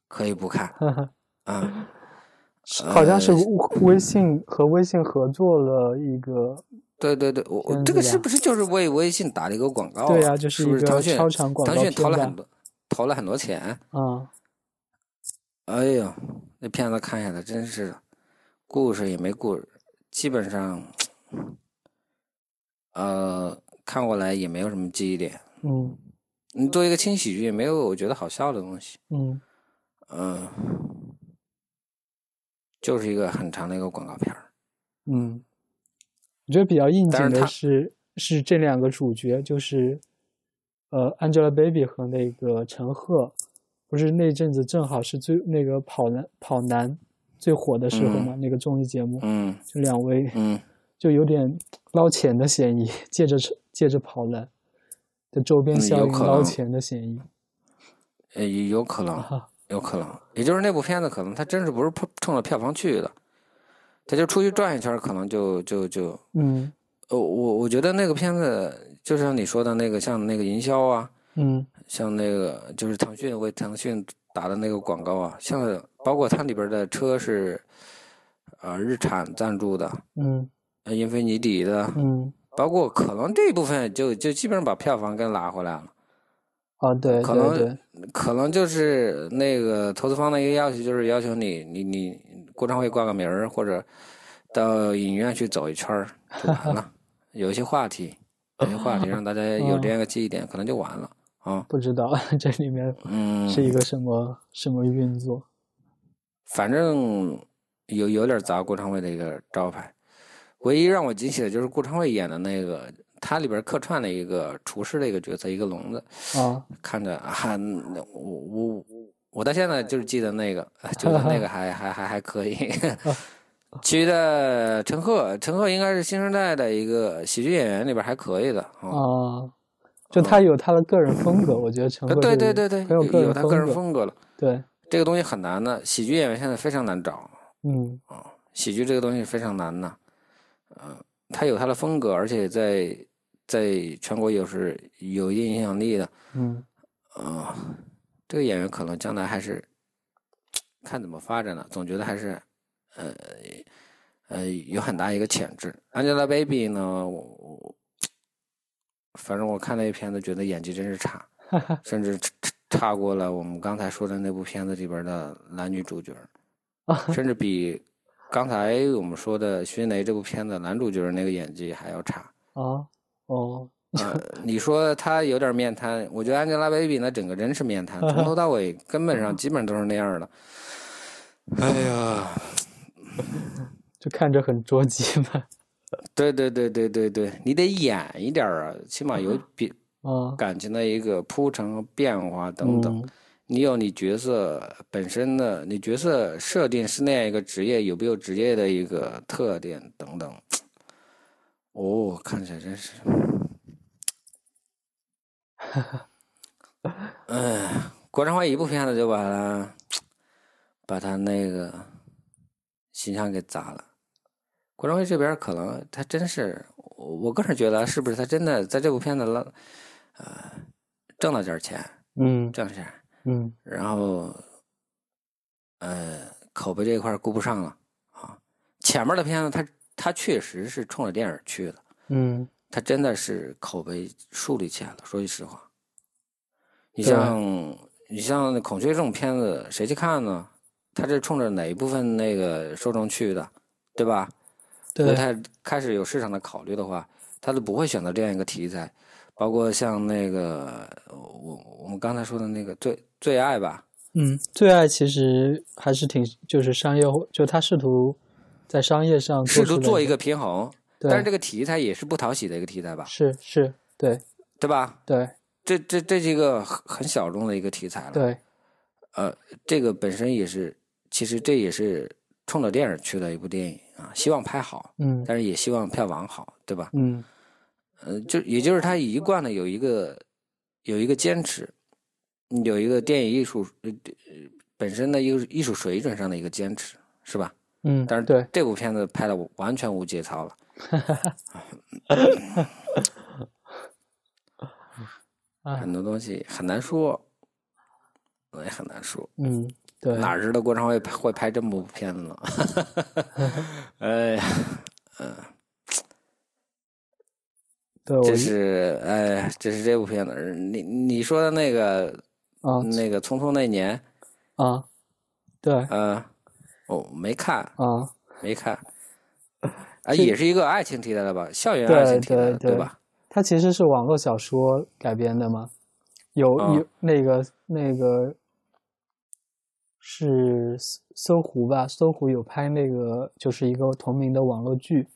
S1: 可以不看
S2: 哈哈，
S1: 啊。
S2: 是好像
S1: 呃
S2: 是微信和微信合作了一个，
S1: 对对对，我我
S2: 片
S1: 这个
S2: 子
S1: 是
S2: 吧
S1: 不是就是为微信打了一个广告、啊？
S2: 对啊，就是
S1: 不
S2: 一
S1: 是腾
S2: 个
S1: 讯
S2: 超长广告
S1: 腾讯
S2: 片
S1: 投了很
S2: 吧？
S1: 多投了很多钱。
S2: 啊，
S1: 哎呦，那片子看下来真是的，故事也没故事，基本上，呃，看过来也没有什么记忆点。
S2: 嗯
S1: 你做一个轻喜剧，也没有我觉得好笑的东西。
S2: 嗯
S1: 嗯、就是一个很长的一个广告片儿。
S2: 嗯，我觉得比较应
S1: 但
S2: 景
S1: 是
S2: 的
S1: 他
S2: 是是这两个主角，就是呃 Angelababy 和那个陈赫，不是那阵子正好是最那个跑男跑男最火的时候嘛，那个综艺节目，
S1: 嗯
S2: 就两位
S1: 嗯
S2: 就有点捞钱的嫌疑，借着借着跑男的周边
S1: 嗯
S2: 效
S1: 有
S2: 应
S1: 可
S2: 捞
S1: 能
S2: 钱的嫌疑。
S1: 呃，有可能。
S2: 啊，
S1: 有可能，也就是那部片子可能它真是不是冲冲着票房去的，他就出去转一圈儿，可能就就就，
S2: 嗯
S1: 呃，我我觉得那个片子就像你说的那个，像那个营销啊，
S2: 嗯
S1: 像那个就是腾讯为腾讯打的那个广告啊，像包括它里边的车是，呃，日产赞助的，
S2: 嗯
S1: 呃英菲尼迪的，
S2: 嗯，
S1: 包括可能这一部分就就基本上把票房给拉回来了。
S2: 啊，对
S1: 可
S2: 对
S1: 能
S2: 对，
S1: 可能就是那个投资方的一个要求，就是要求你你你郭长会挂个名儿，或者到影院去走一圈儿就完了。有一些话题，有些话题让大家有这样一个记忆点，可能就完了啊。
S2: 不知道 这里面
S1: 嗯，
S2: 是一个什么什么运作。
S1: 反正有有点砸郭长卫的一个招牌。唯一让我惊喜的就是顾长卫演的那个，他里边客串了一个厨师的一个角色，一个笼子。
S2: 啊，
S1: 看着啊，那我我我到现在就是记得那个， 啊觉得那个还还还还可以。 其余的陈赫，陈赫应该是新生代的一个喜剧演员里边还可以的啊。
S2: 啊，就他有他的个人风格，我觉得陈
S1: 啊
S2: 赫
S1: 对
S2: 这
S1: 对对
S2: 个
S1: 对，
S2: 很有
S1: 有有
S2: 人
S1: 他个人
S2: 格，
S1: 风格了。
S2: 对，
S1: 这个东西很难的，喜剧演员现在非常难找，
S2: 嗯
S1: 喜剧这个东西非常难的。嗯、他有他的风格，而且在在全国有是有一定影响力的。
S2: 嗯，
S1: 啊、这个演员可能将来还是看怎么发展了，总觉得还是呃呃有很大一个潜质。Angelababy 呢，我我反正我看那片子觉得演技真是差，甚至差差过了我们刚才说的那部片子里边的男女主角儿甚至比刚才我们说的《迅雷》这部片子男主角儿那个演技还要差。
S2: 啊哦
S1: 呃，你说他有点面瘫，我觉得 Angelababy 那整个人是面瘫，从头到尾根本上基本都是那样的。哎呀，
S2: 就看着很捉急嘛，
S1: 对对对对对对，你得演一点儿啊，起码有比
S2: 啊，
S1: 感情的一个铺陈和变化等等。
S2: 嗯
S1: 你有你角色本身的，你角色设定是那样一个职业，有没有职业的一个特点等等。哦，看起来真是，哎，国产化一部片子就把它，把它那个形象给砸了。国产卫这边可能他真是，我我个人觉得啊是不是他真的在这部片子了，呃，挣了点儿钱，
S2: 嗯
S1: 挣了点儿钱。
S2: 嗯
S1: 然后，呃，口碑这一块儿顾不上了啊。前面的片子它，它确实是冲着电影去的，
S2: 嗯
S1: 它真的是口碑树立起来了。说句实话，你
S2: 对啊
S1: 像你像孔雀这种片子，谁去看呢？它是冲着哪一部分那个受众去的，对吧？如果
S2: 对
S1: 他开始有市场的考虑的话，他就不会选择这样一个题材。包括像那个我我们刚才说的那个最最爱吧，
S2: 嗯，最爱其实还是挺就是商业，就他试图在商业上
S1: 试图
S2: 做
S1: 一个平衡，
S2: 对
S1: 但是这个题材也是不讨喜的一个题材吧？
S2: 是是，对
S1: 对吧？
S2: 对
S1: 这这这是一个很很小众的一个题材了。
S2: 对，
S1: 呃，这个本身也是，其实这也是冲着电影去的一部电影啊，希望拍好，
S2: 嗯
S1: 但是也希望票房好，对吧？
S2: 嗯
S1: 呃，就也就是他一贯的有一个有一个坚持，有一个电影艺术呃呃本身的一个艺术水准上的一个坚持，是吧？
S2: 嗯，
S1: 但是
S2: 对
S1: 这部片子拍的完全无节 操了。
S2: 啊
S1: 很多东西很难说，我也很难说。
S2: 嗯对，
S1: 哪知道郭长卫会拍这么部片子呢？ 哎呀，嗯，
S2: 对我
S1: 这
S2: 一
S1: 是哎，这是这部片子。你你说的那个
S2: 啊
S1: 那个《匆匆那年》，
S2: 啊对
S1: 呃，我没看，
S2: 啊
S1: 没看。啊，
S2: 这
S1: 也是一个爱情题材的吧？校园
S2: 对
S1: 爱情题材
S2: 对
S1: 的，
S2: 对
S1: 吧？
S2: 它其实是网络小说改编的嘛，有
S1: 啊
S2: 有那个那个是搜搜狐吧，搜狐有拍那个就是一个同名的网络剧，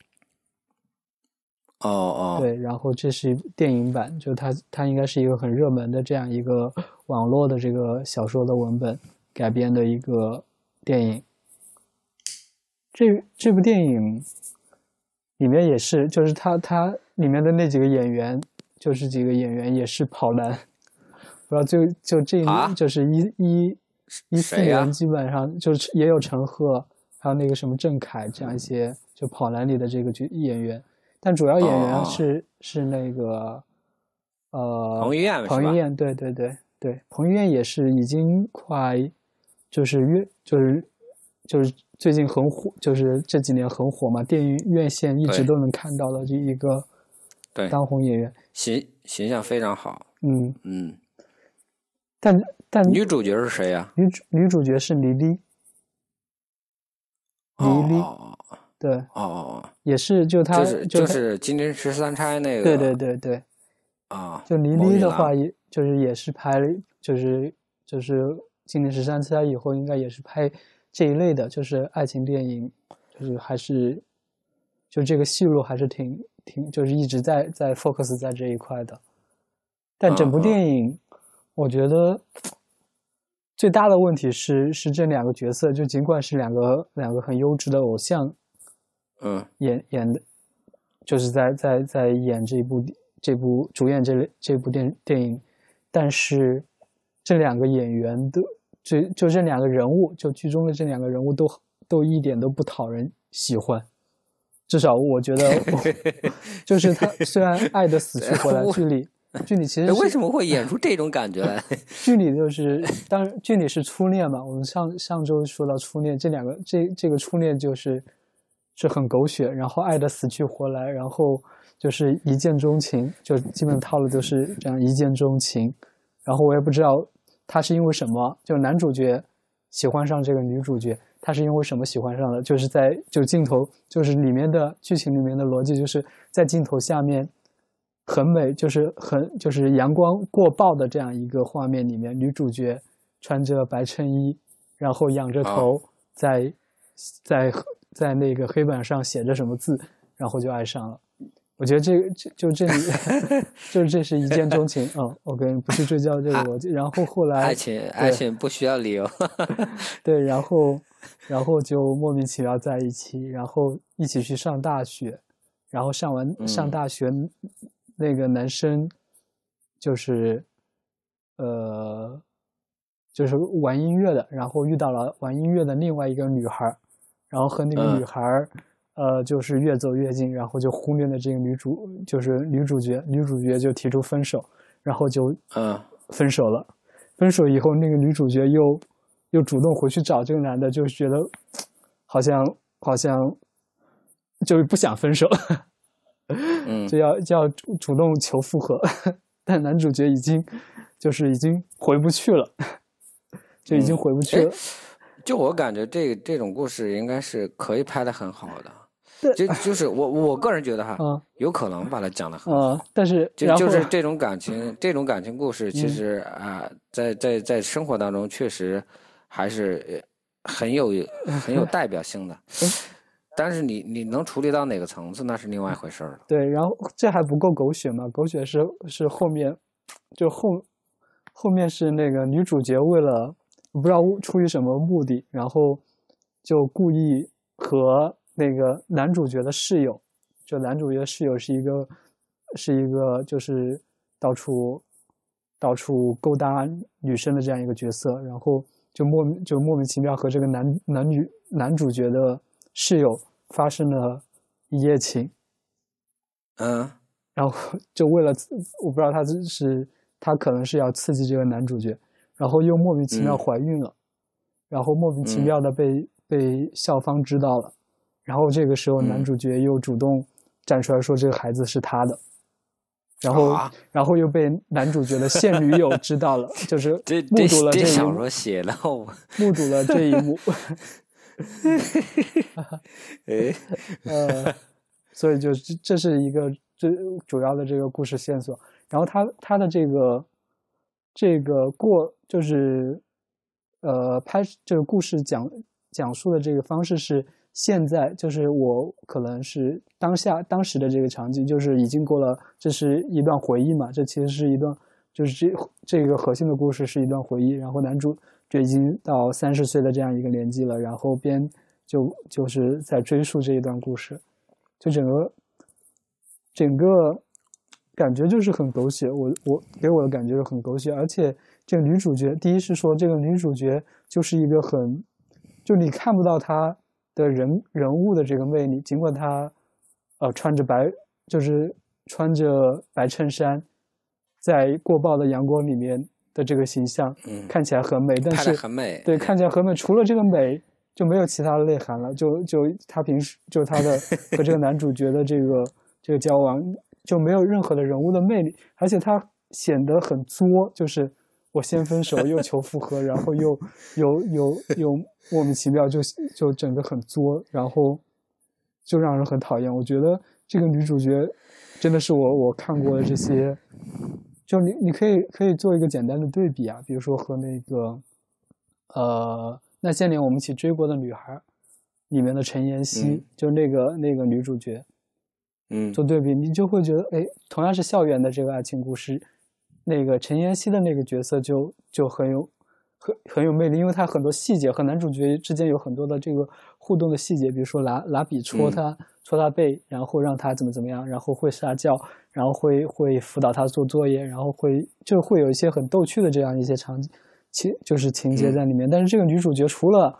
S1: 哦哦，
S2: 对，然后这是电影版，就它它应该是一个很热门的这样一个网络的这个小说的文本改编的一个电影。这这部电影里面也是，就是它它里面的那几个演员，就是几个演员也是跑男，然后就就这一、
S1: 啊
S2: 就是一一一四
S1: 谁呀
S2: 年基本上就是也有陈赫，还有那个什么郑恺这样一些就跑男里的这个角演员，但主要演员
S1: 哦
S2: 是、是那个呃
S1: 彭于晏是吧
S2: 彭于晏对对对对，彭于晏也是已经快就是越就是就是最近很火，就是这几年很火嘛，电影院线一直
S1: 对
S2: 都能看到的这一个
S1: 对，
S2: 当红演员，
S1: 形形象非常好。
S2: 嗯，
S1: 嗯，
S2: 但但
S1: 女主角是谁呀？
S2: 女主女主角是倪妮，
S1: 哦
S2: 倪妮
S1: 哦哦
S2: 对，
S1: 哦哦
S2: 也是就她
S1: 哦，就是
S2: 就
S1: 就
S2: 她
S1: 是《金陵十三钗》那个。
S2: 对对对对，
S1: 啊，
S2: 就倪
S1: 某
S2: 妮
S1: 女
S2: 的
S1: 郎
S2: 话，也就是也是拍了，就是就是《金陵十三钗》以后，应该也是拍这一类的，就是爱情电影，就是还是就这个戏路还是挺挺，就是一直在在 focus 在这一块的。但整部
S1: 嗯嗯
S2: 电影，我觉得最大的问题是是这两个角色，就尽管是两个两个很优质的偶像，
S1: 嗯
S2: 演演的，就是在在在演这部这部主演这这部电电影，但是这两个演员的就就这两个人物，就剧中的这两个人物都都一点都不讨人喜欢，至少我觉得， 就是他虽然爱的 死去活来，
S1: 我
S2: 剧里剧里其
S1: 哎
S2: 实是
S1: 为什么会演出这种感觉来？
S2: 剧里就是，当然剧里是初恋嘛。我们上上周说到初恋，这两个这这个初恋就是是很狗血，然后爱的死去活来，然后就是一见钟情，就基本套路都是这样一见钟情。然后我也不知道他是因为什么，就男主角喜欢上这个女主角，他是因为什么喜欢上的？就是在就镜头就是里面的剧情里面的逻辑，就是在镜头下面很美，就是很就是阳光过曝的这样一个画面里面，女主角穿着白衬衣，然后仰着头在、在在那个黑板上写着什么字，然后就爱上了。我觉得这这就这里， 就是这是一见钟情啊、嗯！我跟不去追究这个逻辑。然后后 来
S1: 爱情爱情不需要理由。
S2: 对，然后，然后就莫名其妙在一起，然后一起去上大学，然后上完上
S1: 嗯
S2: 大学，那个男生就是，呃，就是玩音乐的，然后遇到了玩音乐的另外一个女孩儿，然后和那个
S1: 嗯
S2: 女孩儿，呃，就是越走越近，然后就忽略了这个女主，就是女主角，女主角就提出分手，然后就
S1: 嗯，
S2: 分手了。分手以后，那个女主角又又主动回去找这个男的，就是觉得好像好像就是不想分手，
S1: 嗯
S2: 就要就要主主动求复合，但男主角已经就是已经回不去了，就已经回不去了。
S1: 就我感觉这这种故事应该是可以拍的很好
S2: 对
S1: 的，就就是我我个人觉得哈，
S2: 啊
S1: 有可能把它讲的
S2: 啊、
S1: 很好。
S2: 但是
S1: 哎就
S2: 然后嗯
S1: 就是这种感情，这种感情故事，其实啊、在在在生活当 中确实还是呃很有很有代表性的。但是你你能处理到哪个层次，那是另外一回事儿了。
S2: 对，然后这还不够狗血嘛？狗血是是后面，就后后面是那个女主角为了不知道出于什么目的，然后就故意和那个男主角的室友，就男主角的室友是一个是一个就是到处到处勾搭女生的这样一个角色，然后就莫名就莫名其妙和这个男男女男主角的。室友发生了一夜情，
S1: 嗯，
S2: 然后 就为了我不知道他是他可能是要刺激这个男主角，然后又莫名其妙怀孕了，
S1: 嗯、
S2: 然后莫名其妙的被、
S1: 嗯、
S2: 被校方知道了，然后这个时候
S1: 嗯
S2: 男主角又主动站出来说这个孩子是他的，然后、
S1: 啊、
S2: 然后又被男主角的现女友知道了， 就是目睹了
S1: 这
S2: 一
S1: 幕，小说写了我，
S2: 目睹了这一 幕。
S1: 哎，
S2: 呃，所以就这是一个最主要的这个故事线索。然后他他的这个这个过就是呃拍这个故事讲讲述的这个方式是现在就是我可能是当下当时的这个场景，就是已经过了，这是一段回忆嘛，这其实是一段就是这这个核心的故事是一段回忆，然后男主。就已经到三十岁的这样一个年纪了，然后边就就是在追溯这一段故事，就整个整个感觉就是很狗血，我我给我的感觉是很狗血，而且这个女主角，第一是说这个女主角就是一个很，就你看不到她的人人物的这个魅力，尽管她呃穿着白就是穿着白衬衫，在过曝的阳光里面。的这个形象、
S1: 嗯、
S2: 看起来很美，但是
S1: 很美，嗯
S2: 对，看起来很美。除了这个美，就没有其他的内涵了。就就他平时就他的和这个男主角的这个这个交往，就没有任何的人物的魅力，而且他显得很作，就是我先分手，又求复合，然后又又又又莫名其妙就就整个很作，然后就让人很讨厌。我觉得这个女主角真的是我我看过的这些。就你，你可以可以做一个简单的对比啊，比如说和那个，呃，那些年我们一起追过的女孩里面的陈妍希，
S1: 嗯、
S2: 就那个那个女主角，
S1: 嗯，
S2: 做对比，你就会觉得，哎，同样是校园的这个爱情故事，那个陈妍希的那个角色就就很有很很有魅力，因为她很多细节和男主角之间有很多的这个互动的细节，比如说拿拿笔戳他。
S1: 嗯
S2: 戳他背，然后让他怎么怎么样，然后会撒娇，然后会会辅导他做作业，然后会就会有一些很逗趣的这样一些场景情就是情
S1: 嗯
S2: 节在里面。但是这个女主角除了，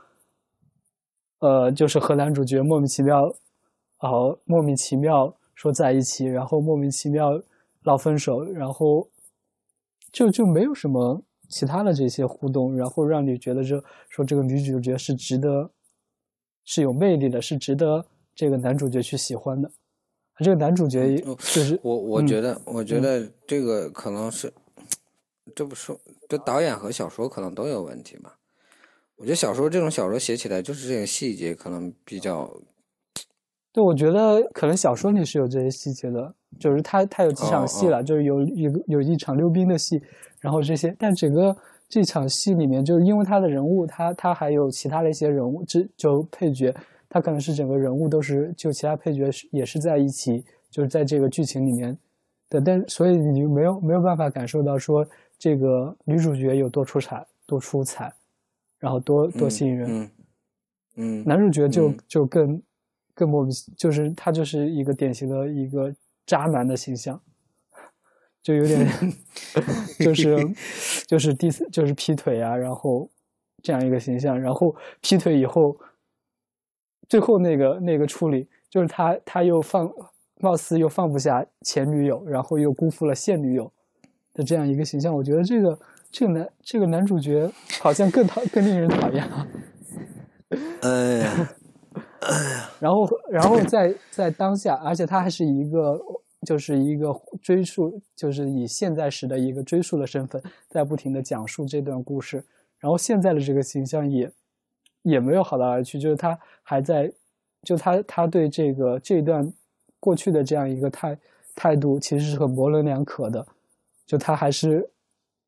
S2: 呃，就是和男主角莫名其妙，然、呃、后莫名其妙说在一起，然后莫名其妙闹分手，然后就就没有什么其他的这些互动，然后让你觉得这说这个女主角是值得，是有魅力的，是值得。这个男主角去喜欢的，这个男主角就是
S1: 我，我觉得，嗯、我觉得这个可能是，这不是这导演和小说可能都有问题吧？我觉得小说这种小说写起来就是这个细节可能比较，
S2: 对，我觉得可能小说里是有这些细节的，就是他他有几场戏了，
S1: 哦哦
S2: 就是有一个有一场溜冰的戏，然后这些，但整个这场戏里面，就是因为他的人物，他他还有其他的一些人物，这就配角。他可能是整个人物都是，就其他配角是也是在一起，就是在这个剧情里面的，但所以你没有没有办法感受到说这个女主角有多出彩，多出彩，然后多多吸引人。
S1: 嗯，嗯
S2: 男主角就、
S1: 嗯、
S2: 就更更莫名，就是他就是一个典型的一个渣男的形象，就有 点就是就是第四就是劈腿啊，然后这样一个形象，然后劈腿以后。最后那个那个处理，就是他他又放，貌似又放不下前女友，然后又辜负了现女友的这样一个形象。我觉得这个这个男这个男主角好像更讨更令人讨厌了。
S1: 哎 呀，哎呀，
S2: 然后然后在在当下，而且他还是一个就是一个追溯，就是以现在时的一个追溯的身份，在不停的讲述这段故事。然后现在的这个形象也。也没有好到哪去，就是他还在，就他他对这个这一段过去的这样一个态态度，其实是很模棱两可的。就他还是，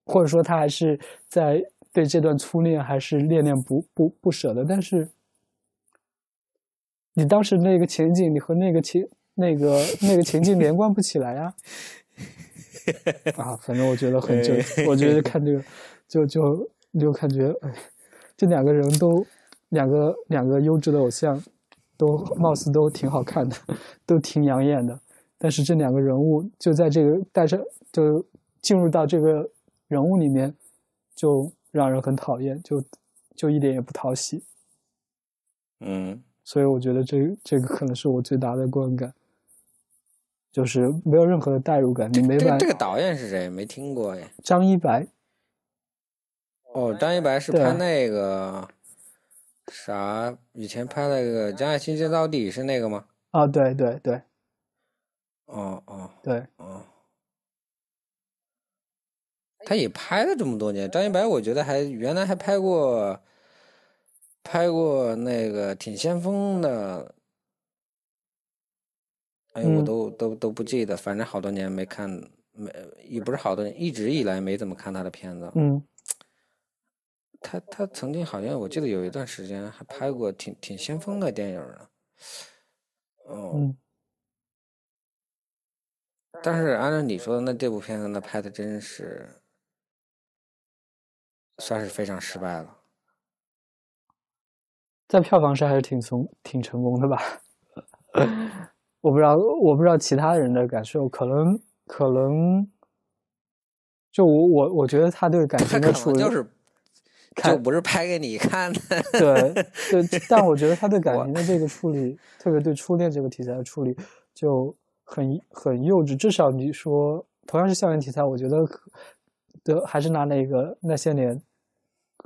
S2: 或者说他还是在对这段初恋还是恋恋不不不舍的，但是你当时那个情景，你和那个情那个那个情境连贯不起来呀、啊。啊，反正我觉得很正，我觉得看这个就就就感觉，哎，这两个人都两个两个优质的偶像，都貌似都挺好看的， 都挺养眼的。但是这两个人物就在这个带上就进入到这个人物里面，就让人很讨厌，就就一点也不讨喜。
S1: 嗯，
S2: 所以我觉得这这个可能是我最大的观感，就是没有任何的代入感。你没
S1: 这个这个导演是谁？没听过呀？
S2: 张一白。
S1: 哦，张一白是
S2: 啊
S1: 拍那个啥？以前拍那个《将爱倾心到底》是那个吗？
S2: 啊，对对对。
S1: 哦哦，
S2: 对，
S1: 哦，他也拍了这么多年。张一白，我觉得还原来还拍过，拍过那个挺先锋的。哎，我都都都不记得，反正好多年没看，没也不是好多年，一直以来没怎么看他的片子。
S2: 嗯，
S1: 他他曾经好像我记得有一段时间还拍过挺挺先锋的电影呢。哦。
S2: 嗯
S1: 但是按照你说的，那这部片子那拍的真是算是非常失败了，
S2: 在票房上还是挺成挺成功的吧。 我不知道，我不知道其他人的感受，可能可能，就我我我觉得他对感情的处理
S1: 就是就不是拍给你看的。
S2: 对 对，但我觉得他对感情的这个处理，特别对初恋这个题材的处理，就。很很幼稚，至少你说同样是校园题材，我觉得的还是拿那个那些年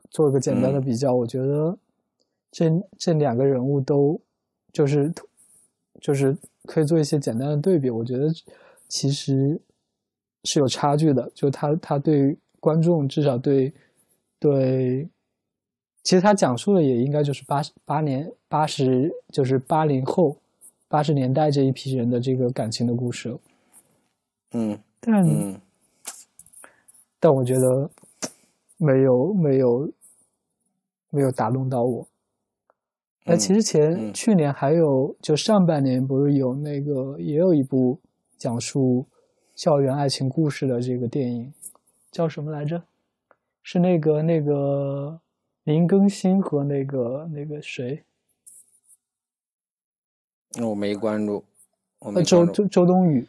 S2: 做一个简单的比较，
S1: 嗯、
S2: 我觉得这这两个人物都就是就是可以做一些简单的对比，我觉得其实是有差距的。就他他对观众，至少对对，其实他讲述的也应该就是八八年八十就是八零后。八十年代这一批人的这个感情的故事，
S1: 嗯，
S2: 但、
S1: 嗯、
S2: 但我觉得没有没有没有打动到我。那其实前、
S1: 嗯嗯、
S2: 去年还有，就上半年不是有那个也有一部讲述校园爱情故事的这个电影，叫什么来着？是那个那个林更新和那个那个谁？
S1: 嗯我没关注，我没
S2: 呃周周周冬雨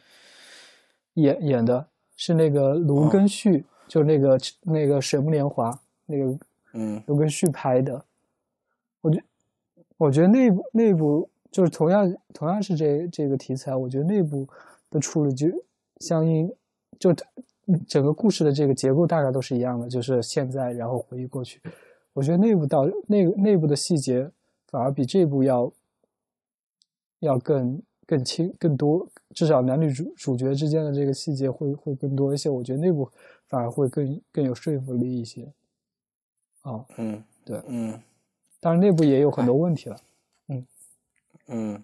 S2: 演演的是那个卢根旭，哦、就那个那个《水木年华》那个，
S1: 嗯，
S2: 卢根旭拍的。我觉我觉得那部那部就是同样同样是这这个题材，我觉得那部的处理就相应就整个故事的这个结构大概都是一样的，就是现在然后回忆过去。我觉得内部到内内部的细节反而比这部要。要更更轻更多，至少男女主主角之间的这个细节会会更多一些。我觉得那部反而会更更有说服力一些。啊，
S1: 嗯，
S2: 对，
S1: 嗯，
S2: 当然内部也有很多问题了，嗯
S1: 嗯，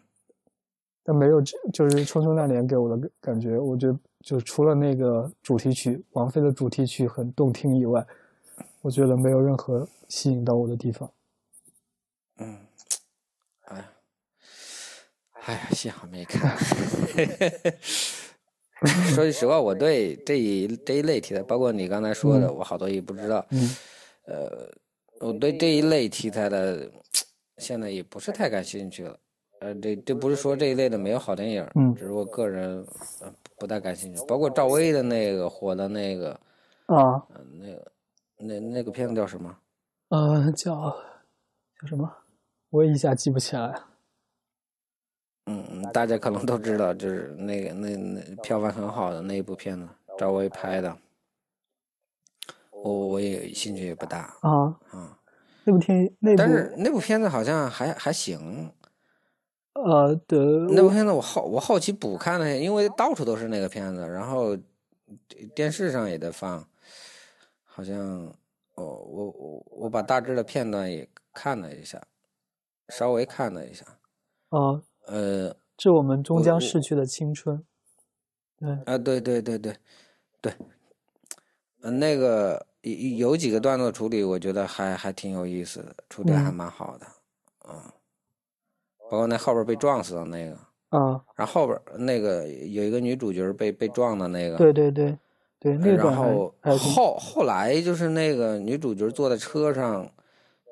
S2: 但没有就是《匆匆那年》给我的感觉，我觉得就除了那个主题曲，王菲的主题曲很动听以外，我觉得没有任何吸引到我的地方。
S1: 嗯，哎。哎呀，幸好没 看。说句实话，我对这一这一类题材，包括你刚才说的，
S2: 嗯、
S1: 我好多也不知道。
S2: 嗯。
S1: 呃，我对这一类题材的，现在也不是太感兴趣了。呃，这这不是说这一类的没有好电影，
S2: 嗯，
S1: 只是我个人、呃、不太感兴趣。包括赵薇的那个火的那个，
S2: 啊、
S1: 呃，那个那那个片子叫什么？
S2: 呃，叫叫什么？我也一下记不起来。
S1: 嗯嗯，大家可能都知道，就是那个那那票房很好的那一部片子，赵薇拍的，我我也兴趣也不大
S2: 啊
S1: 啊。嗯、
S2: 那部片那部
S1: 但是那部片子好像还还行。
S2: 呃，对，
S1: 那部片子我好我好奇补看了，因为到处都是那个片子，然后电视上也在放，好像哦我我我把大致的片段也看了一下，稍微看了一下。
S2: 啊。
S1: 呃，
S2: 致我们终将逝去的青春，对
S1: 啊，对对对对对，呃，那个有有几个段落处理，我觉得还还挺有意思的，处理还蛮好的，嗯，嗯包括那后边被撞死的那个，
S2: 啊，
S1: 然后后边那个有一个女主角被被撞的那个，
S2: 对对对对，那
S1: 然
S2: 段还
S1: 后
S2: 还挺
S1: 后后来就是那个女主角坐在车上，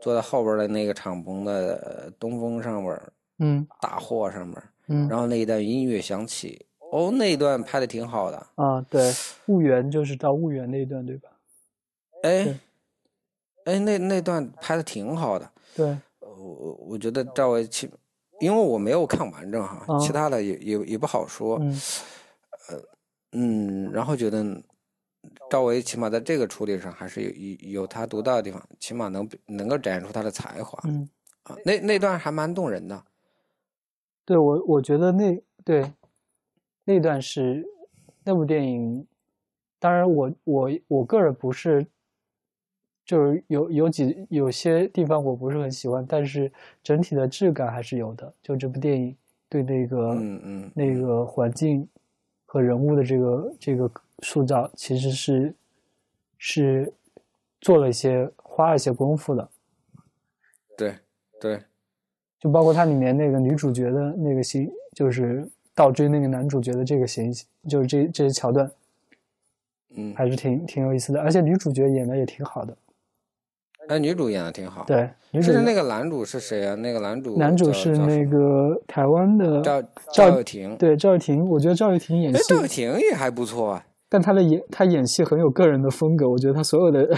S1: 坐在后边的那个敞篷的呃东风上边儿
S2: 嗯
S1: 大货上面儿，
S2: 嗯
S1: 然后那一段音乐响起，哦，那一段拍的挺好的，
S2: 啊，对，
S3: 婺源就是到婺源那一段对吧？
S1: 哎，哎，那那段拍的挺好的，
S2: 对，
S1: 呃我我觉得赵薇其，因为我没有看完整哈，
S2: 啊
S1: 其他的也也也不好说，呃
S2: 嗯
S1: 嗯，然后觉得赵薇起码在这个处理上还是有有有她独到的地方，起码能能够展现出她的才华
S2: 嗯，
S1: 啊。那那段还蛮动人的，
S2: 对我我觉得那对那段是那部电影，当然我我我个人不是，就是有有几有些地方我不是很喜欢，但是整体的质感还是有的。就这部电影对那个
S1: 嗯嗯，
S2: 那个环境和人物的这个这个塑造，其实是是做了一些花了一些功夫的。
S1: 对对，
S2: 就包括它里面那个女主角的那个形，就是倒追那个男主角的这个形，就是这这些桥段，
S1: 嗯，
S2: 还是挺挺有意思的。而且女主角演的也挺好的，
S1: 哎，女主演的挺好。，
S2: 对，女主
S1: 是
S2: 角
S1: 那个男主是谁啊？那个男主
S2: 男主
S1: 叫
S2: 是
S1: 叫
S2: 那
S1: 什么
S2: 个台湾的，
S1: 赵
S2: 赵
S1: 赵又廷，
S2: 对赵又廷，我觉得赵又廷演
S1: 哎，
S2: 戏
S1: 赵，又廷也还不错啊。
S2: 但他的演他演戏很有个人的风格，我觉得他所 有的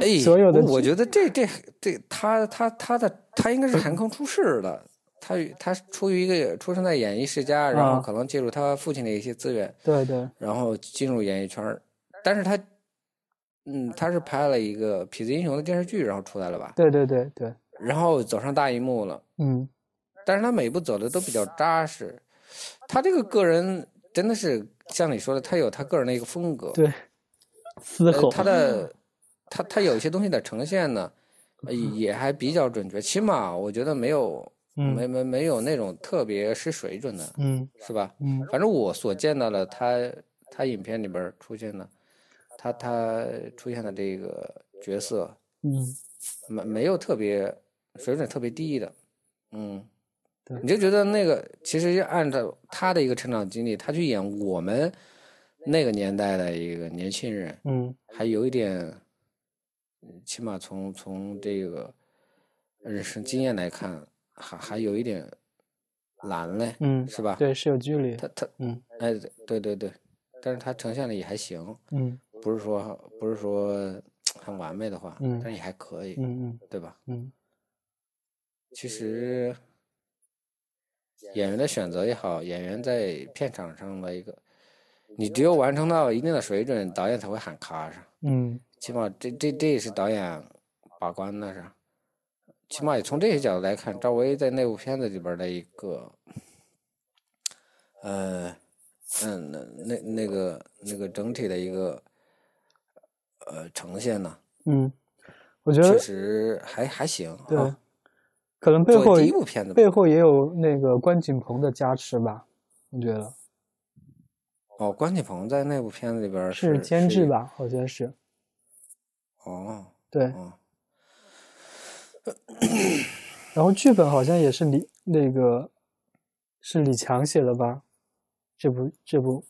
S1: 哎，
S2: 所有的
S1: 我我觉得这这这他他他的他应该是
S2: 呃
S1: 横空出世的。他他出于一个出生在演艺世家，然
S2: 啊
S1: 后可能借助他父亲的一些资源，
S2: 对对
S1: 然后进入演艺圈儿。但是他，嗯，他是拍了一个《痞子英雄》的电视剧，然后出来了吧？
S2: 对对对对，
S1: 然后走上大荧幕了。
S2: 嗯
S1: 但是他每一步走的都比较扎实，他这个个人真的是像你说的，他有他个人的一个风格。
S2: 对，嘶
S1: 呃
S2: 吼，
S1: 他的他他有一些东西的呈现呢，呃也还比较准确，起码我觉得没有没
S2: 嗯
S1: 没没有那种特别失水准的，
S2: 嗯
S1: 是吧？
S2: 嗯
S1: 反正我所见到的他他影片里边儿出现的，他他出现的这个角色
S2: 嗯，
S1: 没没有特别水准特别低的，嗯
S2: 对，
S1: 你就觉得那个其实就按照他的一个成长经历，他去演我们那个年代的一个年轻人，
S2: 嗯
S1: 还有一点，嗯起码从从这个人生经验来看，还还有一点难嘞，
S2: 嗯，
S1: 是吧？
S2: 对，是有距离，
S1: 他他
S2: 嗯
S1: 哎，对对对，但是他呈现的也还行，
S2: 嗯
S1: 不是说不是说很完美的话，
S2: 嗯
S1: 但是也还可以，
S2: 嗯嗯
S1: 对吧？
S2: 嗯，
S1: 其实嗯演员的选择也好，演员在片场上的一个，你只有完成到一定的水准，导演才会喊卡上。
S2: 嗯
S1: 起码这这这也是导演把关的是，起码也从这些角度来看，赵薇在那部片子里边的一个，呃，嗯，那那那个那个整体的一个呃呈现呢，
S2: 嗯，我觉得
S1: 确实还还行
S2: 对
S1: 啊。
S2: 可能背
S1: 作
S2: 后
S1: 为第一部片子吧，
S2: 背后也有那个关锦鹏的加持吧，我觉得
S1: 哦，关锦鹏在那部片子里边
S2: 是监制？吧，好像是
S1: 哦，
S2: 对。
S1: 哦，
S2: 然后剧本好像也是李那个是李强写的吧？这部这部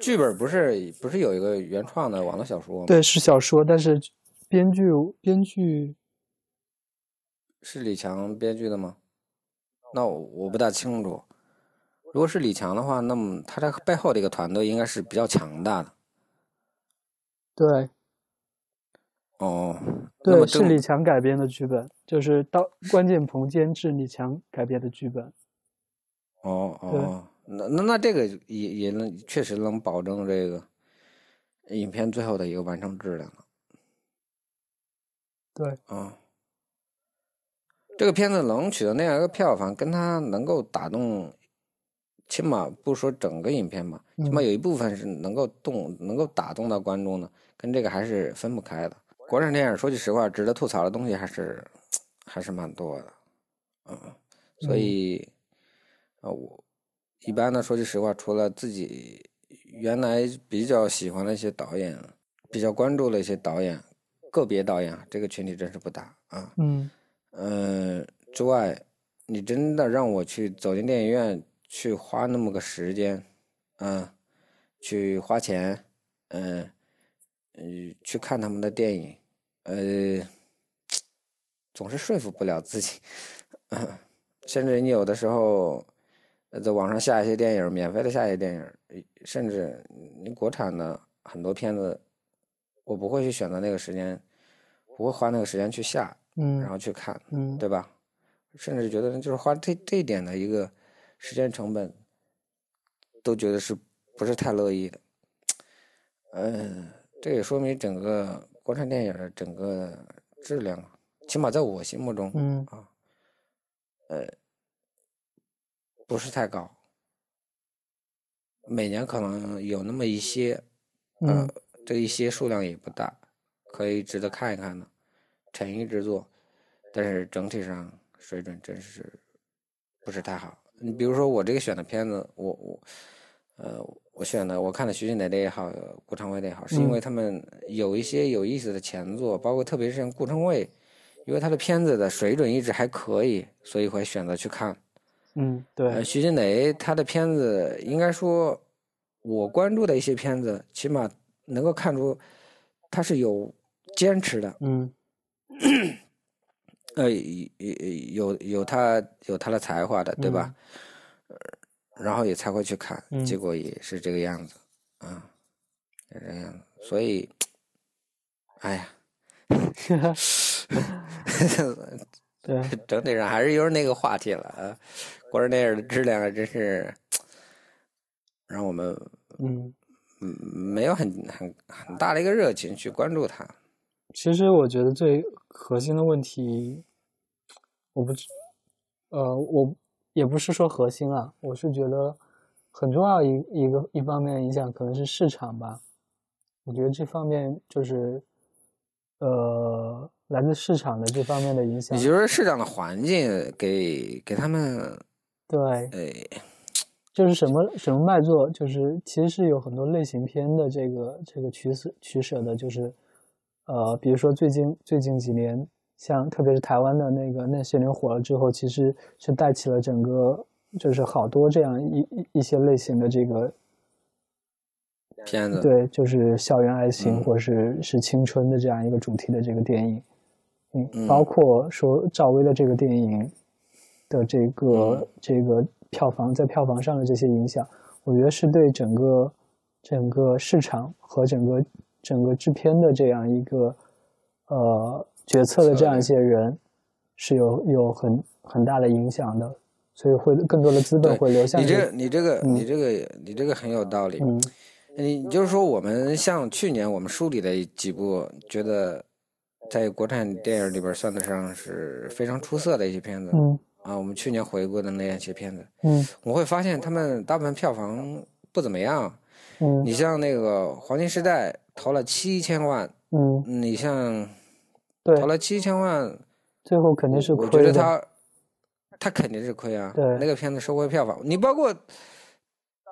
S1: 剧本不是不是有一个原创的网络小说吗？，
S2: 对是小说，但是编剧编剧
S1: 是李强编剧的吗？
S2: 哦
S1: 那我我不大清楚。如果是李强的话，那么他这个背后的一个团队应该是比较强大的。
S2: 对
S1: 哦，那
S2: 对
S1: 么
S2: 是
S1: 这
S2: 李强改编的剧本，就是 到关锦鹏监制，李强改编的剧本。
S1: 哦哦
S2: 对
S1: 哦，那那那这个也也能确实能保证这个影片最后的一个完成质量了。
S2: 对，
S1: 啊，这个片子能取得那样一个票房，跟它能够打动，起码不说整个影片吧，起码
S2: 嗯
S1: 有一部分是能够动、能够打动到观众的，跟这个还是分不开的。国产电影说句实话，值得吐槽的东西还是还是蛮多的，嗯，所
S2: 嗯
S1: 以啊、呃我一般的说句实话，除了自己原来比较喜欢的一些导演，比较关注的一些导演，嗯个别导演啊，这个群体真是不大啊。
S2: 嗯
S1: 嗯、之外，你真的让我去走进电影院去花那么个时间，嗯，去花钱，嗯，嗯，去看他们的电影，呃，总是说服不了自己，嗯、甚至你有的时候。呃在网上下一些电影，免费的下一些电影，甚至你国产的很多片子，我不会去选择那个时间，不会花那个时间去下，
S2: 嗯，
S1: 然后去看，
S2: 嗯，
S1: 对吧？甚至觉得就是花这这一点的一个时间成本，都觉得是不是太乐意的？嗯、呃，这也说明整个国产电影的整个质量，啊起码在我心目中，
S2: 嗯
S1: 啊，呃。不是太高，每年可能有那么一些，呃，
S2: 嗯
S1: 这一些数量也不大，可以值得看一看的，沉郁之作，但是整体上水准真是不是太好。你比如说我这个选的片子，我我，呃，我选的我看的徐静蕾的也好，顾长卫的也好，是因为他们有一些有意思的前作，包括特别是像顾长卫，因为他的片子的水准一直还可以，所以会选择去看。
S4: 嗯，
S1: 呃，
S4: 对，
S1: 徐静蕾她的片子，应该说，我关注的一些片子，起码能够看出她是有坚持的，
S2: 嗯
S1: 呃，有有有她有她的才华的，对吧？呃然后也才会去看，
S2: 嗯
S1: 结果也是这个样子，啊、也是这样子，所以，哎呀，
S2: 对，啊
S1: 整体上还是又是那个话题了啊，国产电影的质量啊真是让我们
S2: 嗯，
S1: 嗯，没有很很很大的一个热情去关注它。
S2: 其实我觉得最核心的问题，我不知，呃，我也不是说核心啊，我是觉得很重要一一个一方面的影响可能是市场吧。我觉得这方面就是，呃，来自市场的这方面的影响
S1: 也，就是市场的环境给给他们，
S2: 对，
S1: 呃，
S2: 就是什么什么卖座，就是其实是有很多类型片的这个这个取舍取舍的，就是呃，比如说最近最近几年，像特别是台湾的那个那些年火了之后，其实是带起了整个就是好多这样一一一些类型的这个
S1: 片子，
S2: 对，就是校园爱情
S1: 嗯
S2: 或者是是青春的这样一个主题的这个电影，嗯，
S1: 嗯
S2: 包括说赵薇的这个电影的这个、
S1: 嗯
S2: 这个票房在票房上的这些影响，我觉得是对整个整个市场和整个整个制片的这样一个呃决策的这样一些人是有有很很大的影响的，所以会更多的资本
S1: 对
S2: 会流向
S1: 你
S2: 这
S1: 这你这个
S2: 嗯
S1: 你这个你这个很有道理。
S2: 嗯
S1: 你你就是说，我们像去年我们梳理的几部，觉得在国产电影里边算得上是非常出色的一些片子
S2: 嗯
S1: 啊，我们去年回顾的那些片子，
S2: 嗯
S1: 我会发现他们大部分票房不怎么样。
S2: 嗯
S1: 你像那个《黄金时代》投了七千万，
S2: 嗯，
S1: 你像
S2: 对
S1: 投。了七千万，
S2: 最后肯定是
S1: 我
S2: 亏的。
S1: 觉得他他肯定是亏啊。
S2: 对
S1: 那个片子收回票房，你包括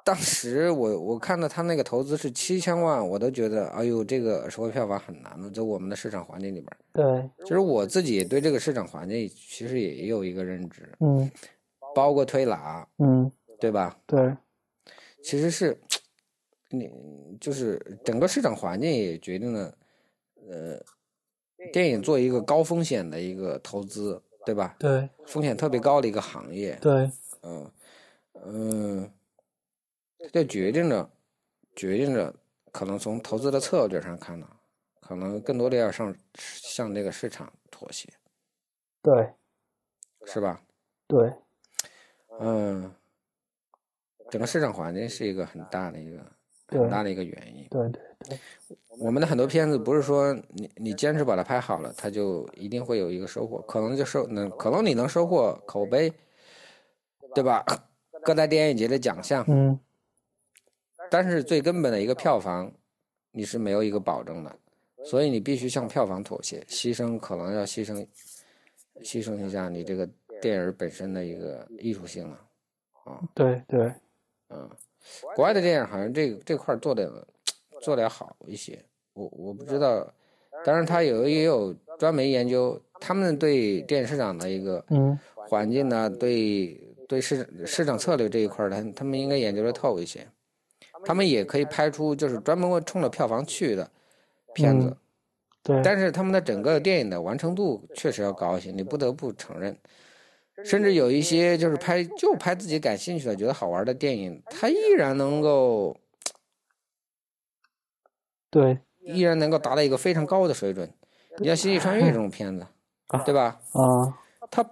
S1: 当时我我看到他那个投资是七千万，我都觉得哎呦，这个收回票房很难的，在我们的市场环境里边儿。
S2: 对，
S1: 其实我自己对这个市场环境其实也有一个认知，
S2: 嗯
S1: 包括推拿，
S2: 嗯，
S1: 对吧？
S2: 对，
S1: 其实是你就是整个市场环境也决定了，呃，电影做一个高风险的一个投资，对吧？
S2: 对，
S1: 风险特别高的一个行业，
S2: 对，
S1: 嗯嗯，这决定着决定着可能从投资的策略上看呢，可能更多的要上向这个市场妥协，
S2: 对，
S1: 是吧？
S2: 对，
S1: 嗯，整个市场环境是一个很大的一个
S2: 对
S1: 很大的一个原因。
S2: 对，对，
S1: 我们的很多片子不是说你你坚持把它拍好了，它就一定会有一个收获，可能就收能可能你能收获口碑，对吧？各大电影节的奖项，
S2: 嗯，
S1: 但是最根本的一个票房，你是没有一个保证的，所以你必须向票房妥协，牺牲可能要牺牲牺牲一下你这个电影本身的一个艺术性了。
S2: 对，对，
S1: 嗯，国外的电影好像这个这块儿做的做的要好一些，我我不知道，当然他有也有专门研究他们对电影市场的一个
S2: 嗯，
S1: 环境呢，对对市市场策略这一块儿，他他们应该研究的透一些。他们也可以拍出就是专门冲着票房去的片子，
S2: 嗯对，
S1: 但是他们的整个电影的完成度确实要高一些，你不得不承认。甚至有一些就是拍就拍自己感兴趣的、觉得好玩的电影，它依然能够
S2: 对
S1: 依然能够达到一个非常高的水准。你像《星际穿越》
S2: 哎
S1: 这种片子，对吧？
S2: 啊，
S1: 它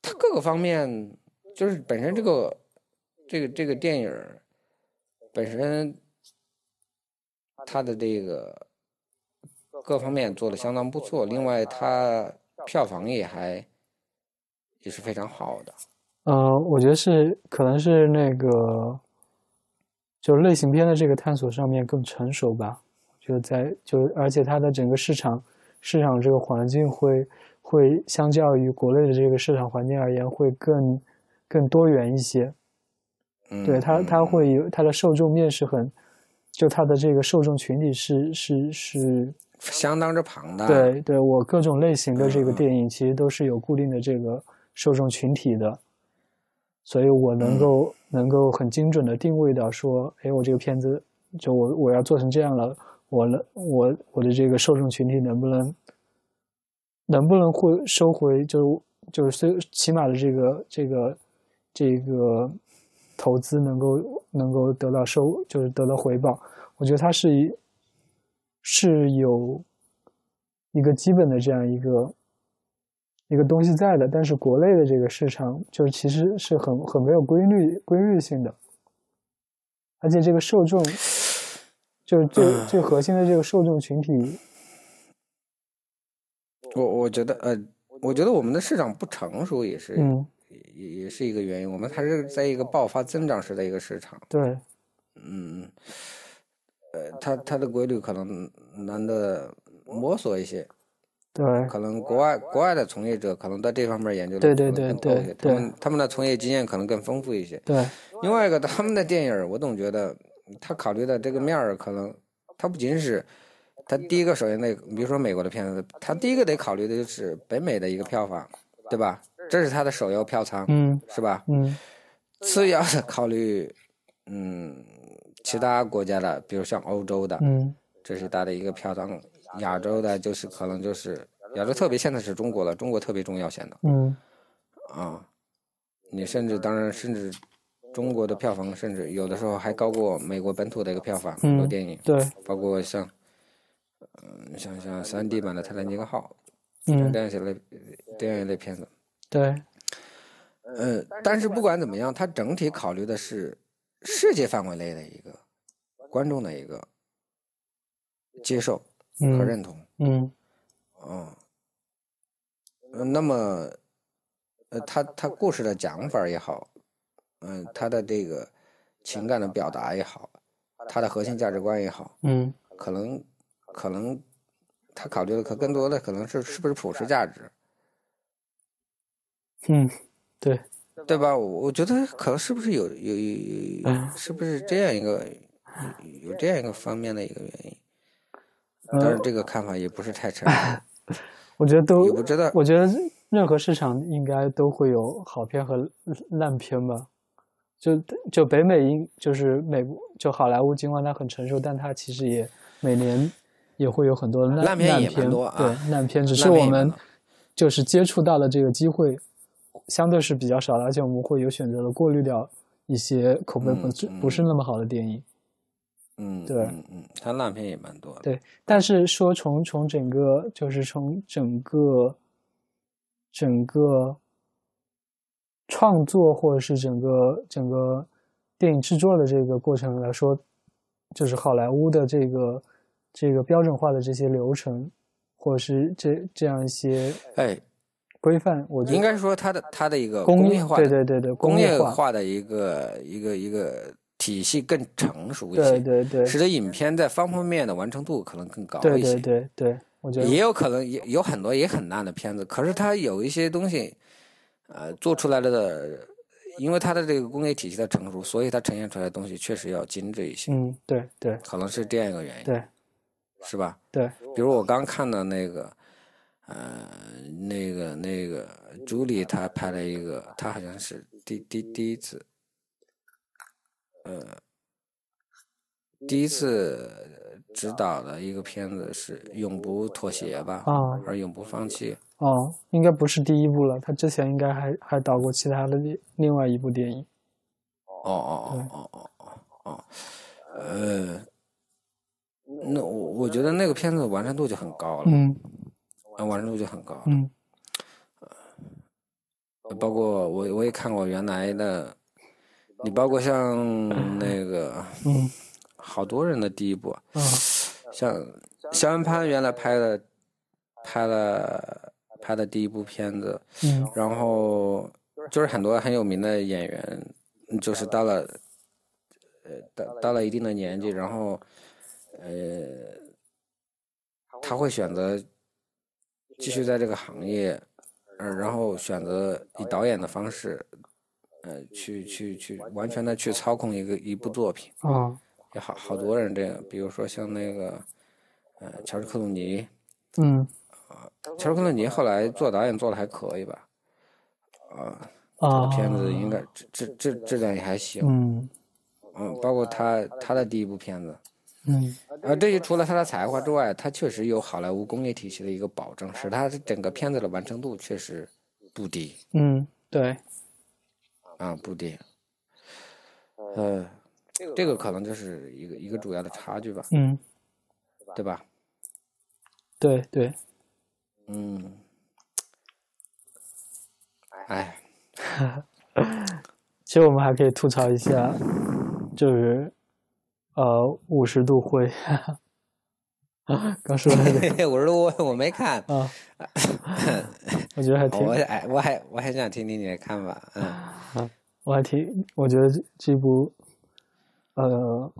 S1: 它各个方面就是本身这个这个这个电影儿本身它的这个各方面做的相当不错，另外它票房也还也是非常好的。
S2: 呃，我觉得是可能是那个，就是类型片的这个探索上面更成熟吧。就在就而且它的整个市场市场这个环境会会相较于国内的这个市场环境而言会更更多元一些。
S1: 嗯，
S2: 对它它
S1: 嗯
S2: 会有它的受众面是很，就它的这个受众群体是是是，
S1: 相当之庞大。
S2: 对对我各种类型的这个
S1: 嗯嗯
S2: 电影其实都是有固定的这个受众群体的，所以我
S1: 嗯
S2: 能够能够很精准的定位到说，哎，我这个片子就我我要做成这样了，我能我我的这个受众群体能不能能不能会收回就就是最起码的这个这个这个投资能够能够得到收就是得到回报，我觉得它是一是有一个基本的这样一个一个东西在的，但是国内的这个市场就是其实是很很没有规律规律性的，而且这个受众就是最最核心的这个受众群体，
S1: 我我觉得呃，我觉得我们的市场不成熟也是、
S2: 嗯，
S1: 也也是一个原因。我们还是在一个爆发增长式的一个市场。
S2: 对，
S1: 嗯，呃，它它的规律可能难得摸索一些，
S2: 对，
S1: 可能国外国外的从业者可能在这方面研究的
S2: 对对
S1: 可能更
S2: 对
S1: 多一些
S2: 对
S1: 他们他们的从业经验可能更丰富一些。
S2: 对，
S1: 另外一个，他们的电影儿我总觉得他考虑的这个面儿可能，他不仅是他第一个首先得，比如说美国的片子，他第一个得考虑的就是北美的一个票房，对吧？这是他的首要票仓，
S2: 嗯
S1: 是吧？
S2: 嗯
S1: 次要的考虑，嗯，其他国家的，比如像欧洲的，
S2: 嗯
S1: 这是它的一个票仓。亚洲的，就是可能就是亚洲，特别现在是中国了，中国特别重要现在
S2: 嗯，
S1: 啊。你甚至当然，甚至中国的票房，甚至有的时候还高过美国本土的一个票房，很多
S2: 嗯
S1: 电影，
S2: 对，
S1: 包括像，嗯，像像三 D 版的《泰坦尼克号》
S2: 嗯
S1: 这样一些类这样一类片子，
S2: 对，
S1: 呃，但是不管怎么样，它整体考虑的是世界范围内的一个观众的一个接受和
S2: 嗯
S1: 认同，
S2: 嗯
S1: 嗯，呃那么，呃，他他故事的讲法儿也好，嗯、他的这个情感的表达也好，他的核心价值观也好，
S2: 嗯
S1: 可能可能他考虑的可更多的可能是是不是普世价值，
S2: 嗯，对，
S1: 对吧？我我觉得可能是不是有有有
S2: 嗯
S1: 有，是不是这样一个有有这样一个方面的一个原因？
S2: 嗯
S1: 但是这个看法也不是太成 熟，
S2: 我觉得都
S1: 也不知道。
S2: 我觉得任何市场应该都会有好片和烂片吧。就就北美应就是美国就好莱坞，尽管它很成熟，但它其实也每年也会有很多烂
S1: 烂片也
S2: 烂
S1: 蛮多啊
S2: 对烂片，只是
S1: 烂片
S2: 我
S1: 也蛮
S2: 们
S1: 多
S2: 就是接触到的这个机会相对是比较少的，而且我们会有选择的过滤掉一些口碑不
S1: 嗯
S2: 是、
S1: 嗯
S2: 不是那么好的电影。
S1: 嗯，
S2: 对
S1: 嗯嗯，他烂片也蛮多的。
S2: 对但是说从从整个就是从整个整个创作或者是整个整个电影制作的这个过程来说，就是好莱坞的这个这个标准化的这些流程，或者是这这样一些
S1: 哎，
S2: 规范，我觉
S1: 应
S2: 得
S1: 该说它的它的一个
S2: 工
S1: 业化的
S2: 对对对对
S1: 工
S2: 业化，
S1: 化的一个一个一个体系更成熟一
S2: 对
S1: 些，
S2: 对对
S1: 使得影片在方方面面的完成度可能更高
S2: 对
S1: 一些。
S2: 对对对，我觉得
S1: 也有可能也有很多也很烂的片子，可是它有一些东西，呃，做出来了的，因为它的这个工业体系的成熟，所以它呈现出来的东西确实要精致一些，
S2: 嗯对对
S1: 可能是这样一个原因，
S2: 对
S1: 是吧？
S2: 对，
S1: 比如我刚看的那个，呃，那个那个朱莉她拍了一个，她好像是第第第一次，呃，第一次执导的一个片子是《永不妥协》吧，
S2: 啊
S1: 还是《永不放弃》？
S2: 哦，应该不是第一部了，他之前应该还还导过其他的另另外一部电影。
S1: 哦哦哦哦哦哦哦，呃，那我我觉得那个片子完成度就很高了，
S2: 嗯
S1: 呃完成度就很高了。
S2: 嗯
S1: 呃包括我我也看过原来的，你包括 像那个
S2: 嗯
S1: 好多人的第一部，
S2: 啊
S1: 像肖恩潘原来拍的拍了拍的第一部片子，
S2: 嗯
S1: 然后就是很多很有名的演员，嗯就是到了呃到到了一定的年纪，然后呃他会选择继续在这个行业，呃，然后选择以导演的方式，呃，去去去完全的去操控一个一部作品，
S2: 啊
S1: 有好好多人这样，比如说像那个呃乔治克鲁尼，
S2: 嗯
S1: 乔治克鲁尼后来做导演做的还可以吧，啊、
S2: 啊，
S1: 片子应该质质质质量也还行，
S2: 嗯
S1: 嗯，包括他他的第一部片子，
S2: 嗯
S1: 啊，这就除了他的才华之外，他确实有好莱坞工业体系的一个保证，使他整个片子的完成度确实不低
S2: 嗯，对，
S1: 啊，不低。呃，这个可能就是一个一个主要的差距吧，
S2: 嗯
S1: 对吧？
S2: 对对，
S1: 嗯，哎，
S2: 其实我们还可以吐槽一下，就是呃五十度灰， 刚说的那 个
S1: 我说我我没看，
S2: 啊，我觉得还挺
S1: 我哎我还我还想听听你的看法，嗯
S2: 我还挺，我觉得这这部，呃，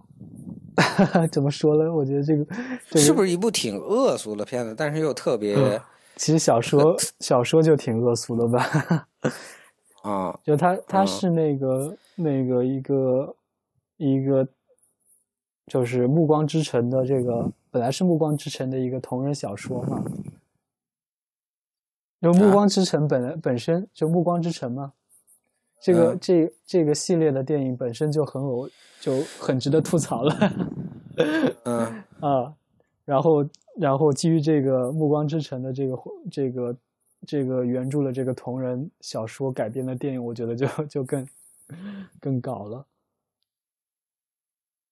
S2: 怎么说呢？我觉得这个，这个
S1: 是不是一部挺恶俗的片子，但是又特别
S2: 嗯其实小说
S1: 呃
S2: 小说就挺恶俗的吧？
S1: 啊，
S2: 就他他
S1: 嗯
S2: 是那个、那个一个一个，就是《暮光之城》的这个本来是《暮光之城》的一个同人小说嘛。就《暮
S1: 啊
S2: 光之城》本来、本身就《暮光之城》嘛，这个、
S1: 嗯
S2: 这这个系列的电影本身就很偶就很值得吐槽了。
S1: 嗯
S2: 啊，然后然后基于这个《暮光之城》的这个这个这个原著的这个同人小说改编的电影，我觉得就就更更搞了。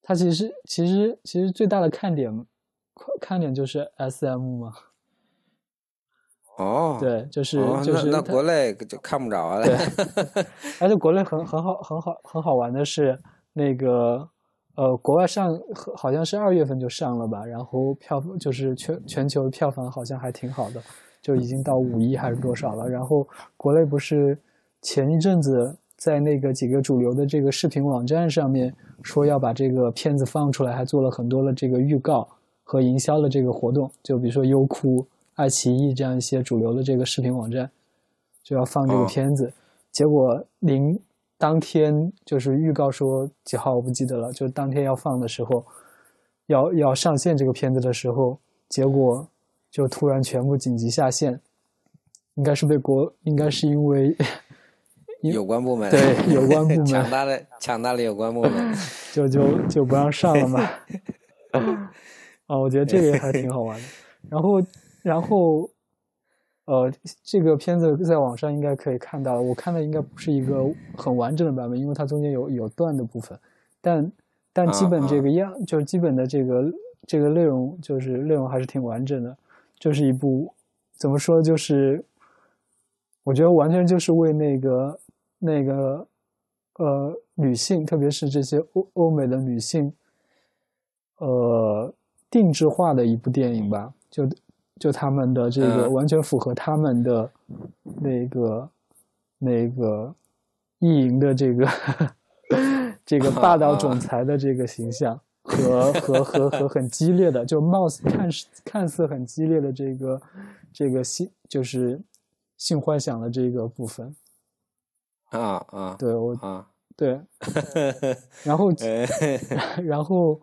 S2: 它其实其实其实最大的看点看点就是 S M 嘛，
S1: 哦，
S2: 对，就是、
S1: 哦，
S2: 就是
S1: 那那
S2: 它
S1: 国内就看不着啊 了，
S2: 而哎且国内很很好很好很好玩的是，那个呃，国外上好好像是二月份就上了吧，然后票就是全全球票房好像还挺好的，就已经到五亿还是多少了。然后国内不是前一阵子在那个几个主流的这个视频网站上面说要把这个片子放出来，还做了很多的这个预告和营销的这个活动，就比如说优酷、爱奇艺这样一些主流的这个视频网站就要放这个
S1: 哦
S2: 片子。结果临当天就是预告说几号我不记得了，就是当天要放的时候，要要上线这个片子的时候，结果就突然全部紧急下线，应该是被国，应该是因为
S1: 有关部门
S2: 对有关部门
S1: 抢答了，抢答了有关部 门，
S2: 就就就不让上了嘛。啊，我觉得这个还挺好玩的。然后，然后，呃，这个片子在网上应该可以看到，我看的应该不是一个很完整的版本，因为它中间有有断的部分，但但基本这个样，就是基本的这个这个内容，就是内容还是挺完整的，就是一部怎么说，就是我觉得完全就是为那个那个呃女性，特别是这些欧欧美的女性，呃定制化的一部电影吧，就就他们的这个
S1: 嗯
S2: 完全符合他们的那个、那个意淫的这个 这个霸道总裁的这个形象。和和和和很激烈的，就貌似看似看似很激烈的这个这个性就是性幻想的这个部分，
S1: 啊啊
S2: 对我
S1: 啊，
S2: 对，然后
S1: 呃
S2: 然后，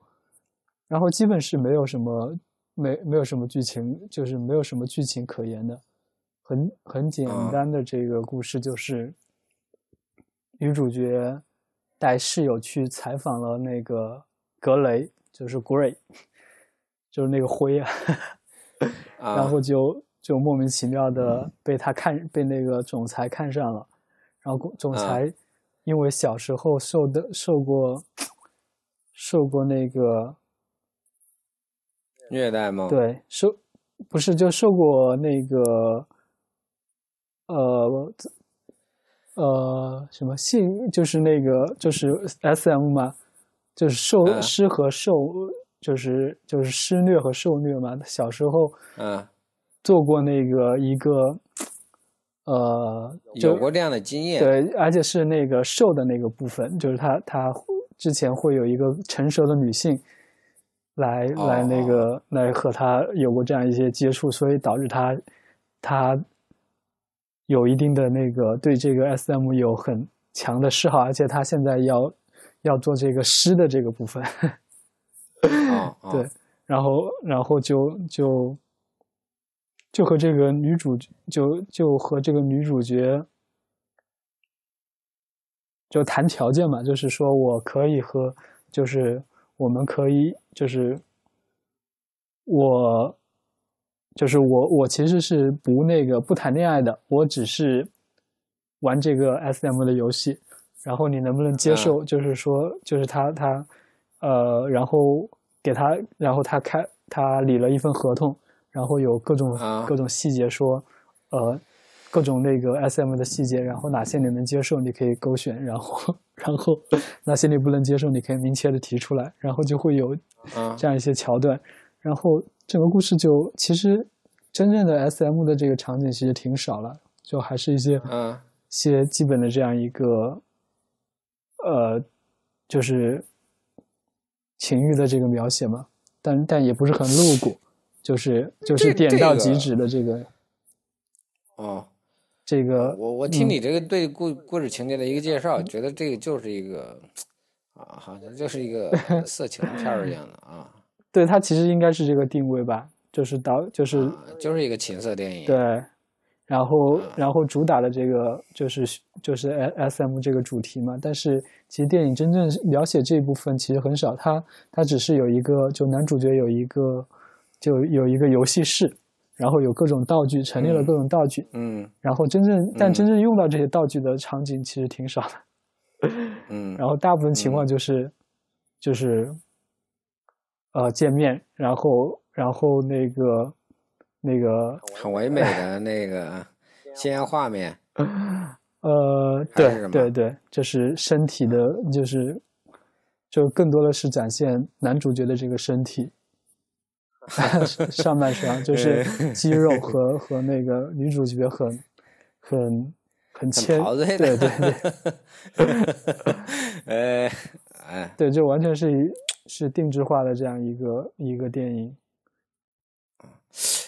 S2: 然后基本是没有什么没没有什么剧情，就是没有什么剧情可言的，很很简单的这个故事，就是女主角带室友去采访了那个格雷，就是 Gray，就是那个灰啊，
S1: 啊
S2: 然后就就莫名其妙的被他看被那个总裁看上了，然后
S1: 嗯
S2: 总裁因为小时候受的受过受过那个
S1: 虐待吗？，
S2: 对，受不是就受过那个，呃，呃，什么性就是那个就是 SM 嘛，就是受
S1: 嗯
S2: 施和受就是就是施虐和受虐嘛。小时候
S1: 嗯，
S2: 做过那个一个，呃，就
S1: 有过这样的经验。
S2: 对，而且是那个瘦的那个部分，就是她她之前会有一个成熟的女性来来那个来和她有过这样一些接触，所以导致她她有一定的那个对这个 SM 有很强的嗜好，而且她现在要要做这个诗的这个部分，
S1: 哦，哦
S2: 对，然后然后就就就和这个女主就就和这个女主角就谈条件嘛，就是说我可以和就是我们可以就是我就是我我其实是不那个不谈恋爱的，我只是玩这个 SM 的游戏。然后你能不能接受？就是说，就是他他，呃，然后给他，然后他开他理了一份合同，然后有各种、
S1: 啊
S2: 各种细节说，呃，各种那个 SM 的细节，然后哪些你能接受，你可以勾选，然后然后哪些你不能接受，你可以明确的提出来，然后就会有
S1: 嗯
S2: 这样一些桥段，然后整个故事就其实真正的 SM 的这个场景其实挺少了，就还是一些
S1: 嗯
S2: 一些基本的这样一个，呃，就是情欲的这个描写嘛，但但也不是很露骨，就是就是
S1: 这
S2: 点
S1: 这
S2: 到
S1: 个
S2: 即止的这个
S1: 哦，
S2: 这个，
S1: 我我听你这个对故故事情节的一个介
S2: 嗯
S1: 绍，觉得这个就是一个啊，好像就是一 个色情片儿一样的啊，
S2: 对它其实应该是这个定位吧，就是导就是
S1: 啊就是一个情色电影。
S2: 对，然后然后主打的这个就是就是 S M 这个主题嘛，但是其实电影真正描写这一部分其实很少，它它只是有一个就男主角有一个就有一个游戏室，然后有各种道具，陈列了各种道具，
S1: 嗯
S2: 然后真正但
S1: 嗯
S2: 真正用到这些道具的场景其实挺少的，
S1: 嗯，
S2: 然后大部分情况就是、就是呃见面，然后然后那个那个
S1: 很唯美的那个鲜艳画面。
S2: 呃，
S1: 还
S2: 对
S1: 是什么
S2: 对对，就是身体的，就是就更多的是展现男主角的这个身体， 上半身啊就是肌 肉和和那个女主角很很很
S1: 很
S2: 纤，
S1: 陶醉的，
S2: 对 对对
S1: 对，呃，哎，
S2: 对，就完全是一是定制化的这样一个一个电影。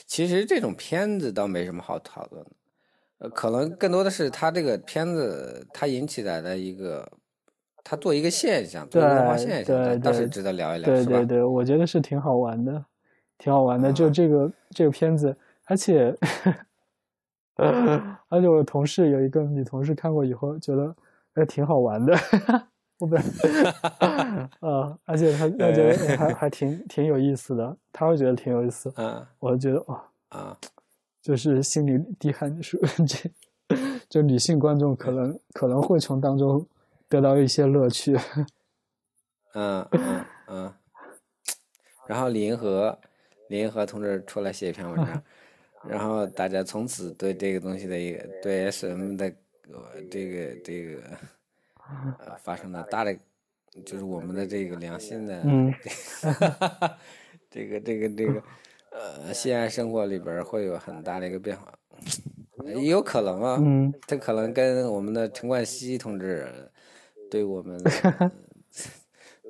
S1: 其实这种片子倒没什么好讨论的，呃，可能更多的是它这个片子它引起来的一个，它做一个现象，做一个文化
S2: 对
S1: 现象，
S2: 对
S1: 倒是
S2: 对
S1: 值得聊一聊，
S2: 对
S1: 是
S2: 对
S1: 吧？
S2: 对，我觉得是挺好玩的，挺好玩的。就
S1: 啊
S2: 这个这个片子，而 且而且我同事有一个女同事看过以后觉得哎挺好玩的，我 本来啊，而且她她觉 得哎还还挺挺有意思的，她会觉得挺有意思，
S1: 嗯
S2: 我就觉得哦，
S1: 啊，
S2: 就是心理低汗水，这就女性观众可能可能会从当中得到一些乐趣。
S1: 嗯嗯嗯。然后李银河，李银河同志出来写一篇文 章，然后大家从此对这个东西的一个对 SM 的呃这个这个呃发生了大的，就是我们的这个良心的。
S2: 嗯，
S1: 这个这个这个，呃，现在生活里边儿会有很大的一个变 化，也有可能啊，
S2: 嗯，
S1: 这可能跟我们的陈冠希同志对我 们的，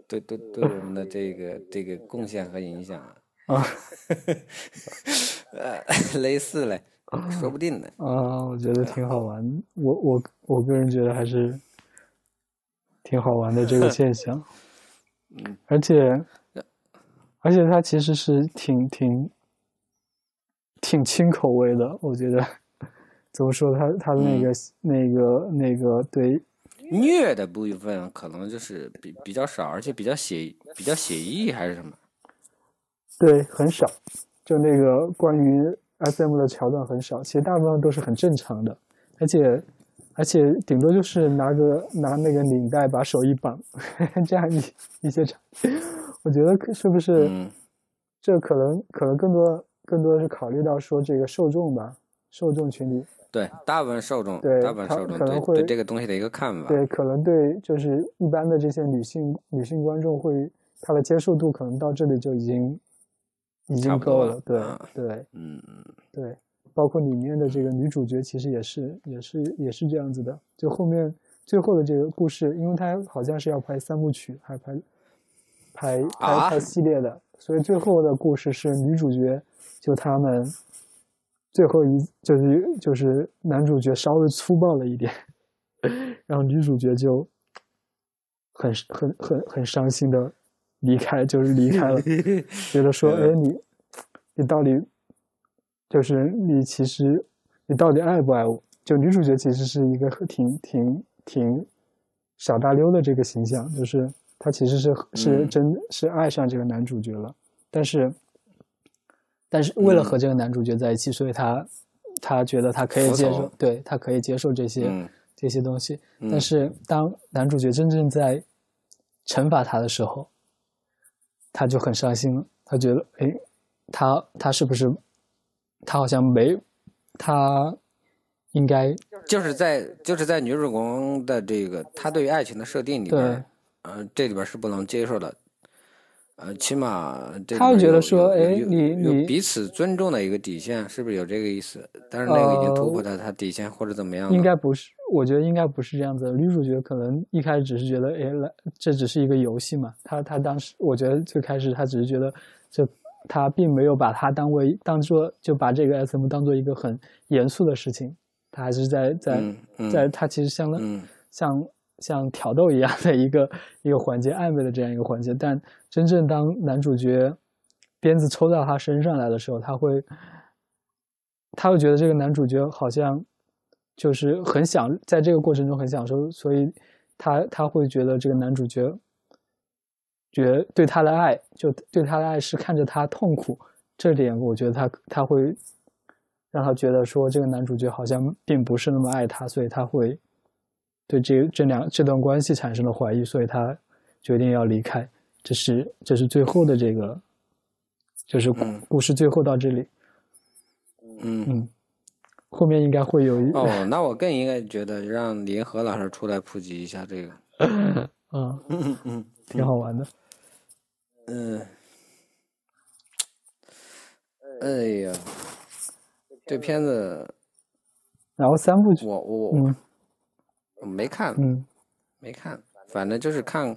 S1: 对对对我们的这个这个贡献和影响
S2: 啊，
S1: 呃， 类似嘞，说不定呢。
S2: 啊，我觉得挺好玩的，我我我个人觉得还是挺好玩的这个现象，嗯，而且而且它其实是挺挺挺轻口味的，我觉得 怎么说他他的那个、那个那个对
S1: 虐的部分可能就是比比较少，而且比较写比较写意还是什么？
S2: 对很少，就那个关于 SM 的桥段很少，其实大部分都是很正常的，而且而且顶多就是拿个拿那个领带把手一绑， 这样一一些场，我觉得是不是？
S1: 嗯
S2: 这可能可能更多更多是考虑到说这个受众吧，受众群体
S1: 对，大部分受众，
S2: 对
S1: 大部分
S2: 他
S1: 受众
S2: 可能
S1: 对
S2: 会
S1: 对这个东西的一个看法，
S2: 对，可能对就是一般的这些女性女性观众会，她的接受度可能到这里就已经已
S1: 差
S2: 经
S1: 不
S2: 够
S1: 多
S2: 了
S1: 了，
S2: 对、
S1: 啊
S2: 对
S1: 嗯，嗯
S2: 对，包括里面的这个女主角其实也是也是也是这样子的，就后面最后的这个故事，因为她好像是要拍三部曲，还拍拍
S1: 啊
S2: 拍拍系列的，所以最后的故事是女主角就他们最后一就是就是男主角稍微粗暴了一点， 然后女主角就很很很很伤心的离开，就是离开了，觉得说，哎，你你到底就是你其实你到底爱不爱我？就女主角其实是一个很挺挺挺傻大溜的这个形象，就是她其实是是
S1: 嗯
S2: 真是爱上这个男主角了，但是但是为了和这个男主角在一起，所以她她觉得她可以
S1: 服
S2: 接
S1: 从
S2: 受，对她可以接受这些、
S1: 嗯
S2: 这些东西。
S1: 嗯
S2: 但是当男主角真正在惩罚他的时候，他就很伤心了。他觉得，哎，他他是不是他好像没他应该
S1: 就是在就是在女主公的这个她对于爱情的设定里边儿，呃，这里边儿是不能接受的，呃，起码这里
S2: 她
S1: 边
S2: 觉得
S1: 有
S2: 说
S1: 有有
S2: 哎
S1: 有
S2: 你
S1: 有
S2: 你
S1: 彼此尊重的一个底线，是不是有这个意思？但是那个已经
S2: 呃
S1: 突破了她底线或者怎么样了？
S2: 应该不是？我觉得应该不是这样子的。女主角可能一开始只是觉得，哎，来这只是一个游戏嘛。她她当时，我觉得最开始她只是觉得，就她并没有把它当为当做就把这个 SM 当做一个很严肃的事情，她还是在在、
S1: 嗯嗯
S2: 在她其实相当、
S1: 嗯
S2: 像像挑逗一样的一个一个环节，暧昧的这样一个环节。但真正当男主角鞭子抽到他身上来的时候，他会他会觉得这个男主角好像就是很享在这个过程中很享受，所以他他会觉得这个男主角觉对他的爱，就对他的爱是看着他痛苦，这点我觉得他他会让他觉得说这个男主角好像并不是那么爱他，所以他会对这这两这段关系产生了怀疑，所以他决定要离开。这是这是最后的这个，就是故
S1: 嗯
S2: 故事最后到这里，
S1: 嗯。
S2: 嗯，后面应该会有一
S1: 哦，那我更应该觉得让林和老师出来普及一下这个。
S2: 嗯，
S1: 嗯嗯
S2: 挺好玩的。
S1: 嗯，哎呀，这片子
S2: 然后三部曲，
S1: 我我
S2: 嗯
S1: 我没看，
S2: 嗯，
S1: 没看，反正就是看，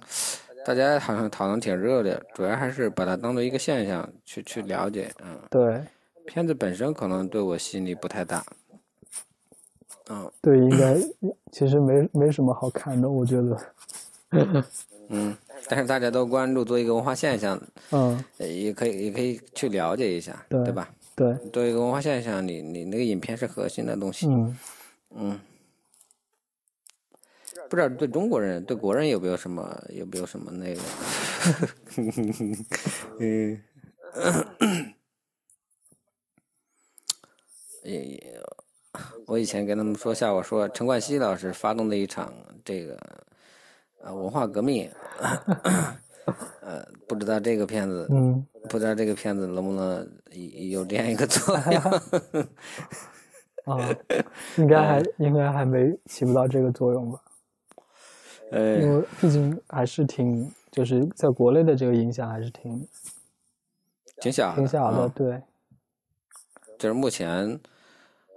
S1: 大家好像讨论挺热烈，主要还是把它当做一个现象去去了解。嗯，
S2: 对
S1: 片子本身可能对我吸引力不太大。嗯
S2: 对，应该其实没没什么好看的，我觉得，
S1: 嗯，但是大家都关注，做一个文化现象，
S2: 嗯，
S1: 呃也可以也可以去了解一下，
S2: 对
S1: 对吧？
S2: 对，
S1: 作为一个文化现象，你你那个影片是核心的东西，
S2: 嗯，
S1: 嗯，不知道对中国人、对国人有没有什么有没有什么那个， 嗯，也我以前跟他们说笑，我说陈冠希老师发动的一场这个呃文化革命， 呃，不知道这个片子
S2: 嗯，
S1: 不知道这个片子能不能有有这样一个作 用？
S2: 啊， 应该还应该还没起不到这个作用吧，因
S1: 呃，
S2: 为毕竟还是挺，就是在国内的这个影响还是挺
S1: 挺小的，
S2: 挺小的，
S1: 嗯
S2: 对，
S1: 就是目前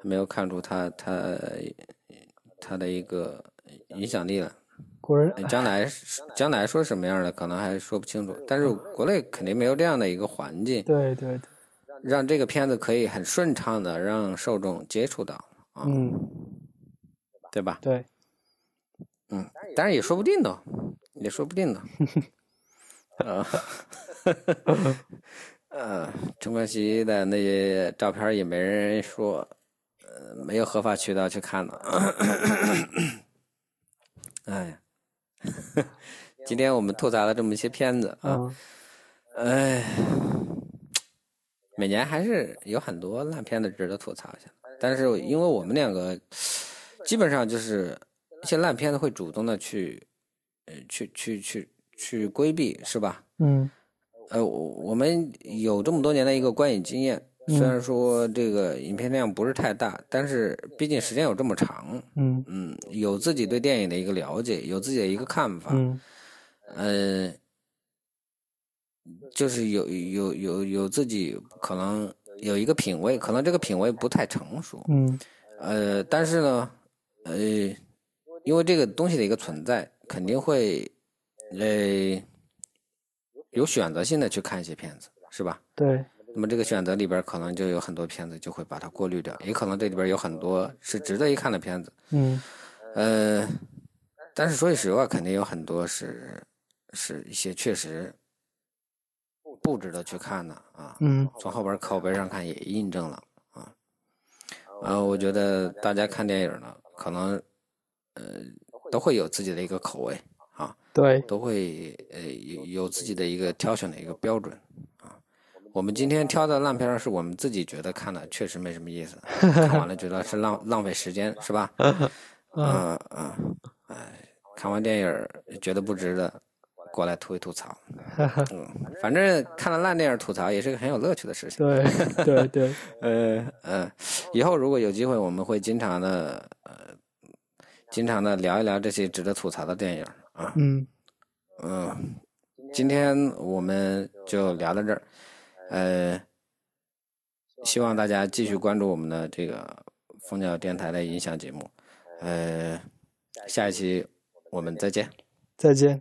S1: 还没有看出它它它的一个影响力了。
S2: 国人
S1: 将来是将来说什么样的，可能还说不清楚。但是国内肯定没有这样的一个环境，
S2: 对对对，
S1: 让这个片子可以很顺畅的让受众接触到，
S2: 嗯，
S1: 对吧？
S2: 对，
S1: 嗯，当然也说不定的，也说不定的。呃，呃，陈冠希的那些照片也没人说，没有合法渠道去看的。哎呀，今天我们吐槽了这么一些片子啊，
S2: 嗯，
S1: 哎，每年还是有很多烂片子值得吐槽一下，但是因为我们两个基本上就是一些烂片子会主动的去，呃，去去去去规避，是吧？
S5: 嗯
S1: 呃，我我们有这么多年的一个观影经验，虽然说这个影片量不是太大，但是毕竟时间有这么长，
S5: 嗯
S1: 嗯，有自己对电影的一个了解，有自己的一个看法，
S5: 嗯
S1: 呃，就是有有有有自己可能有一个品味，可能这个品味不太成熟，
S5: 嗯
S1: 呃，但是呢，呃，因为这个东西的一个存在，肯定会，呃，有选择性的去看一些片子，是吧？
S5: 对，
S1: 那么这个选择里边儿可能就有很多片子就会把它过滤掉，也可能这里边儿有很多是值得一看的片子，
S5: 嗯
S1: 呃，但是说句实话，肯定有很多是是一些确实不值得去看的啊。
S5: 嗯
S1: 从后边口碑上看也印证了啊。然啊后我觉得大家看电影呢，可能呃都会有自己的一个口味啊，
S5: 对，
S1: 都会呃有有自己的一个挑选的一个标准啊。我们今天挑的烂片儿是我们自己觉得看的确实没什么意思，看完了觉得是浪浪费时间，是吧？嗯嗯，哎，看完电影儿觉得不值得，过来吐一吐槽。嗯，反正看了烂电影儿吐槽也是个很有乐趣的事情。
S5: 对对对，
S1: 呃呃，以后如果有机会，我们会经常的呃，经常的聊一聊这些值得吐槽的电影儿啊。
S5: 嗯
S1: 嗯、今天我们就聊到这儿，呃，希望大家继续关注我们的这个蜂鸟电台的影响节目，呃，下一期我们再见。
S5: 再见。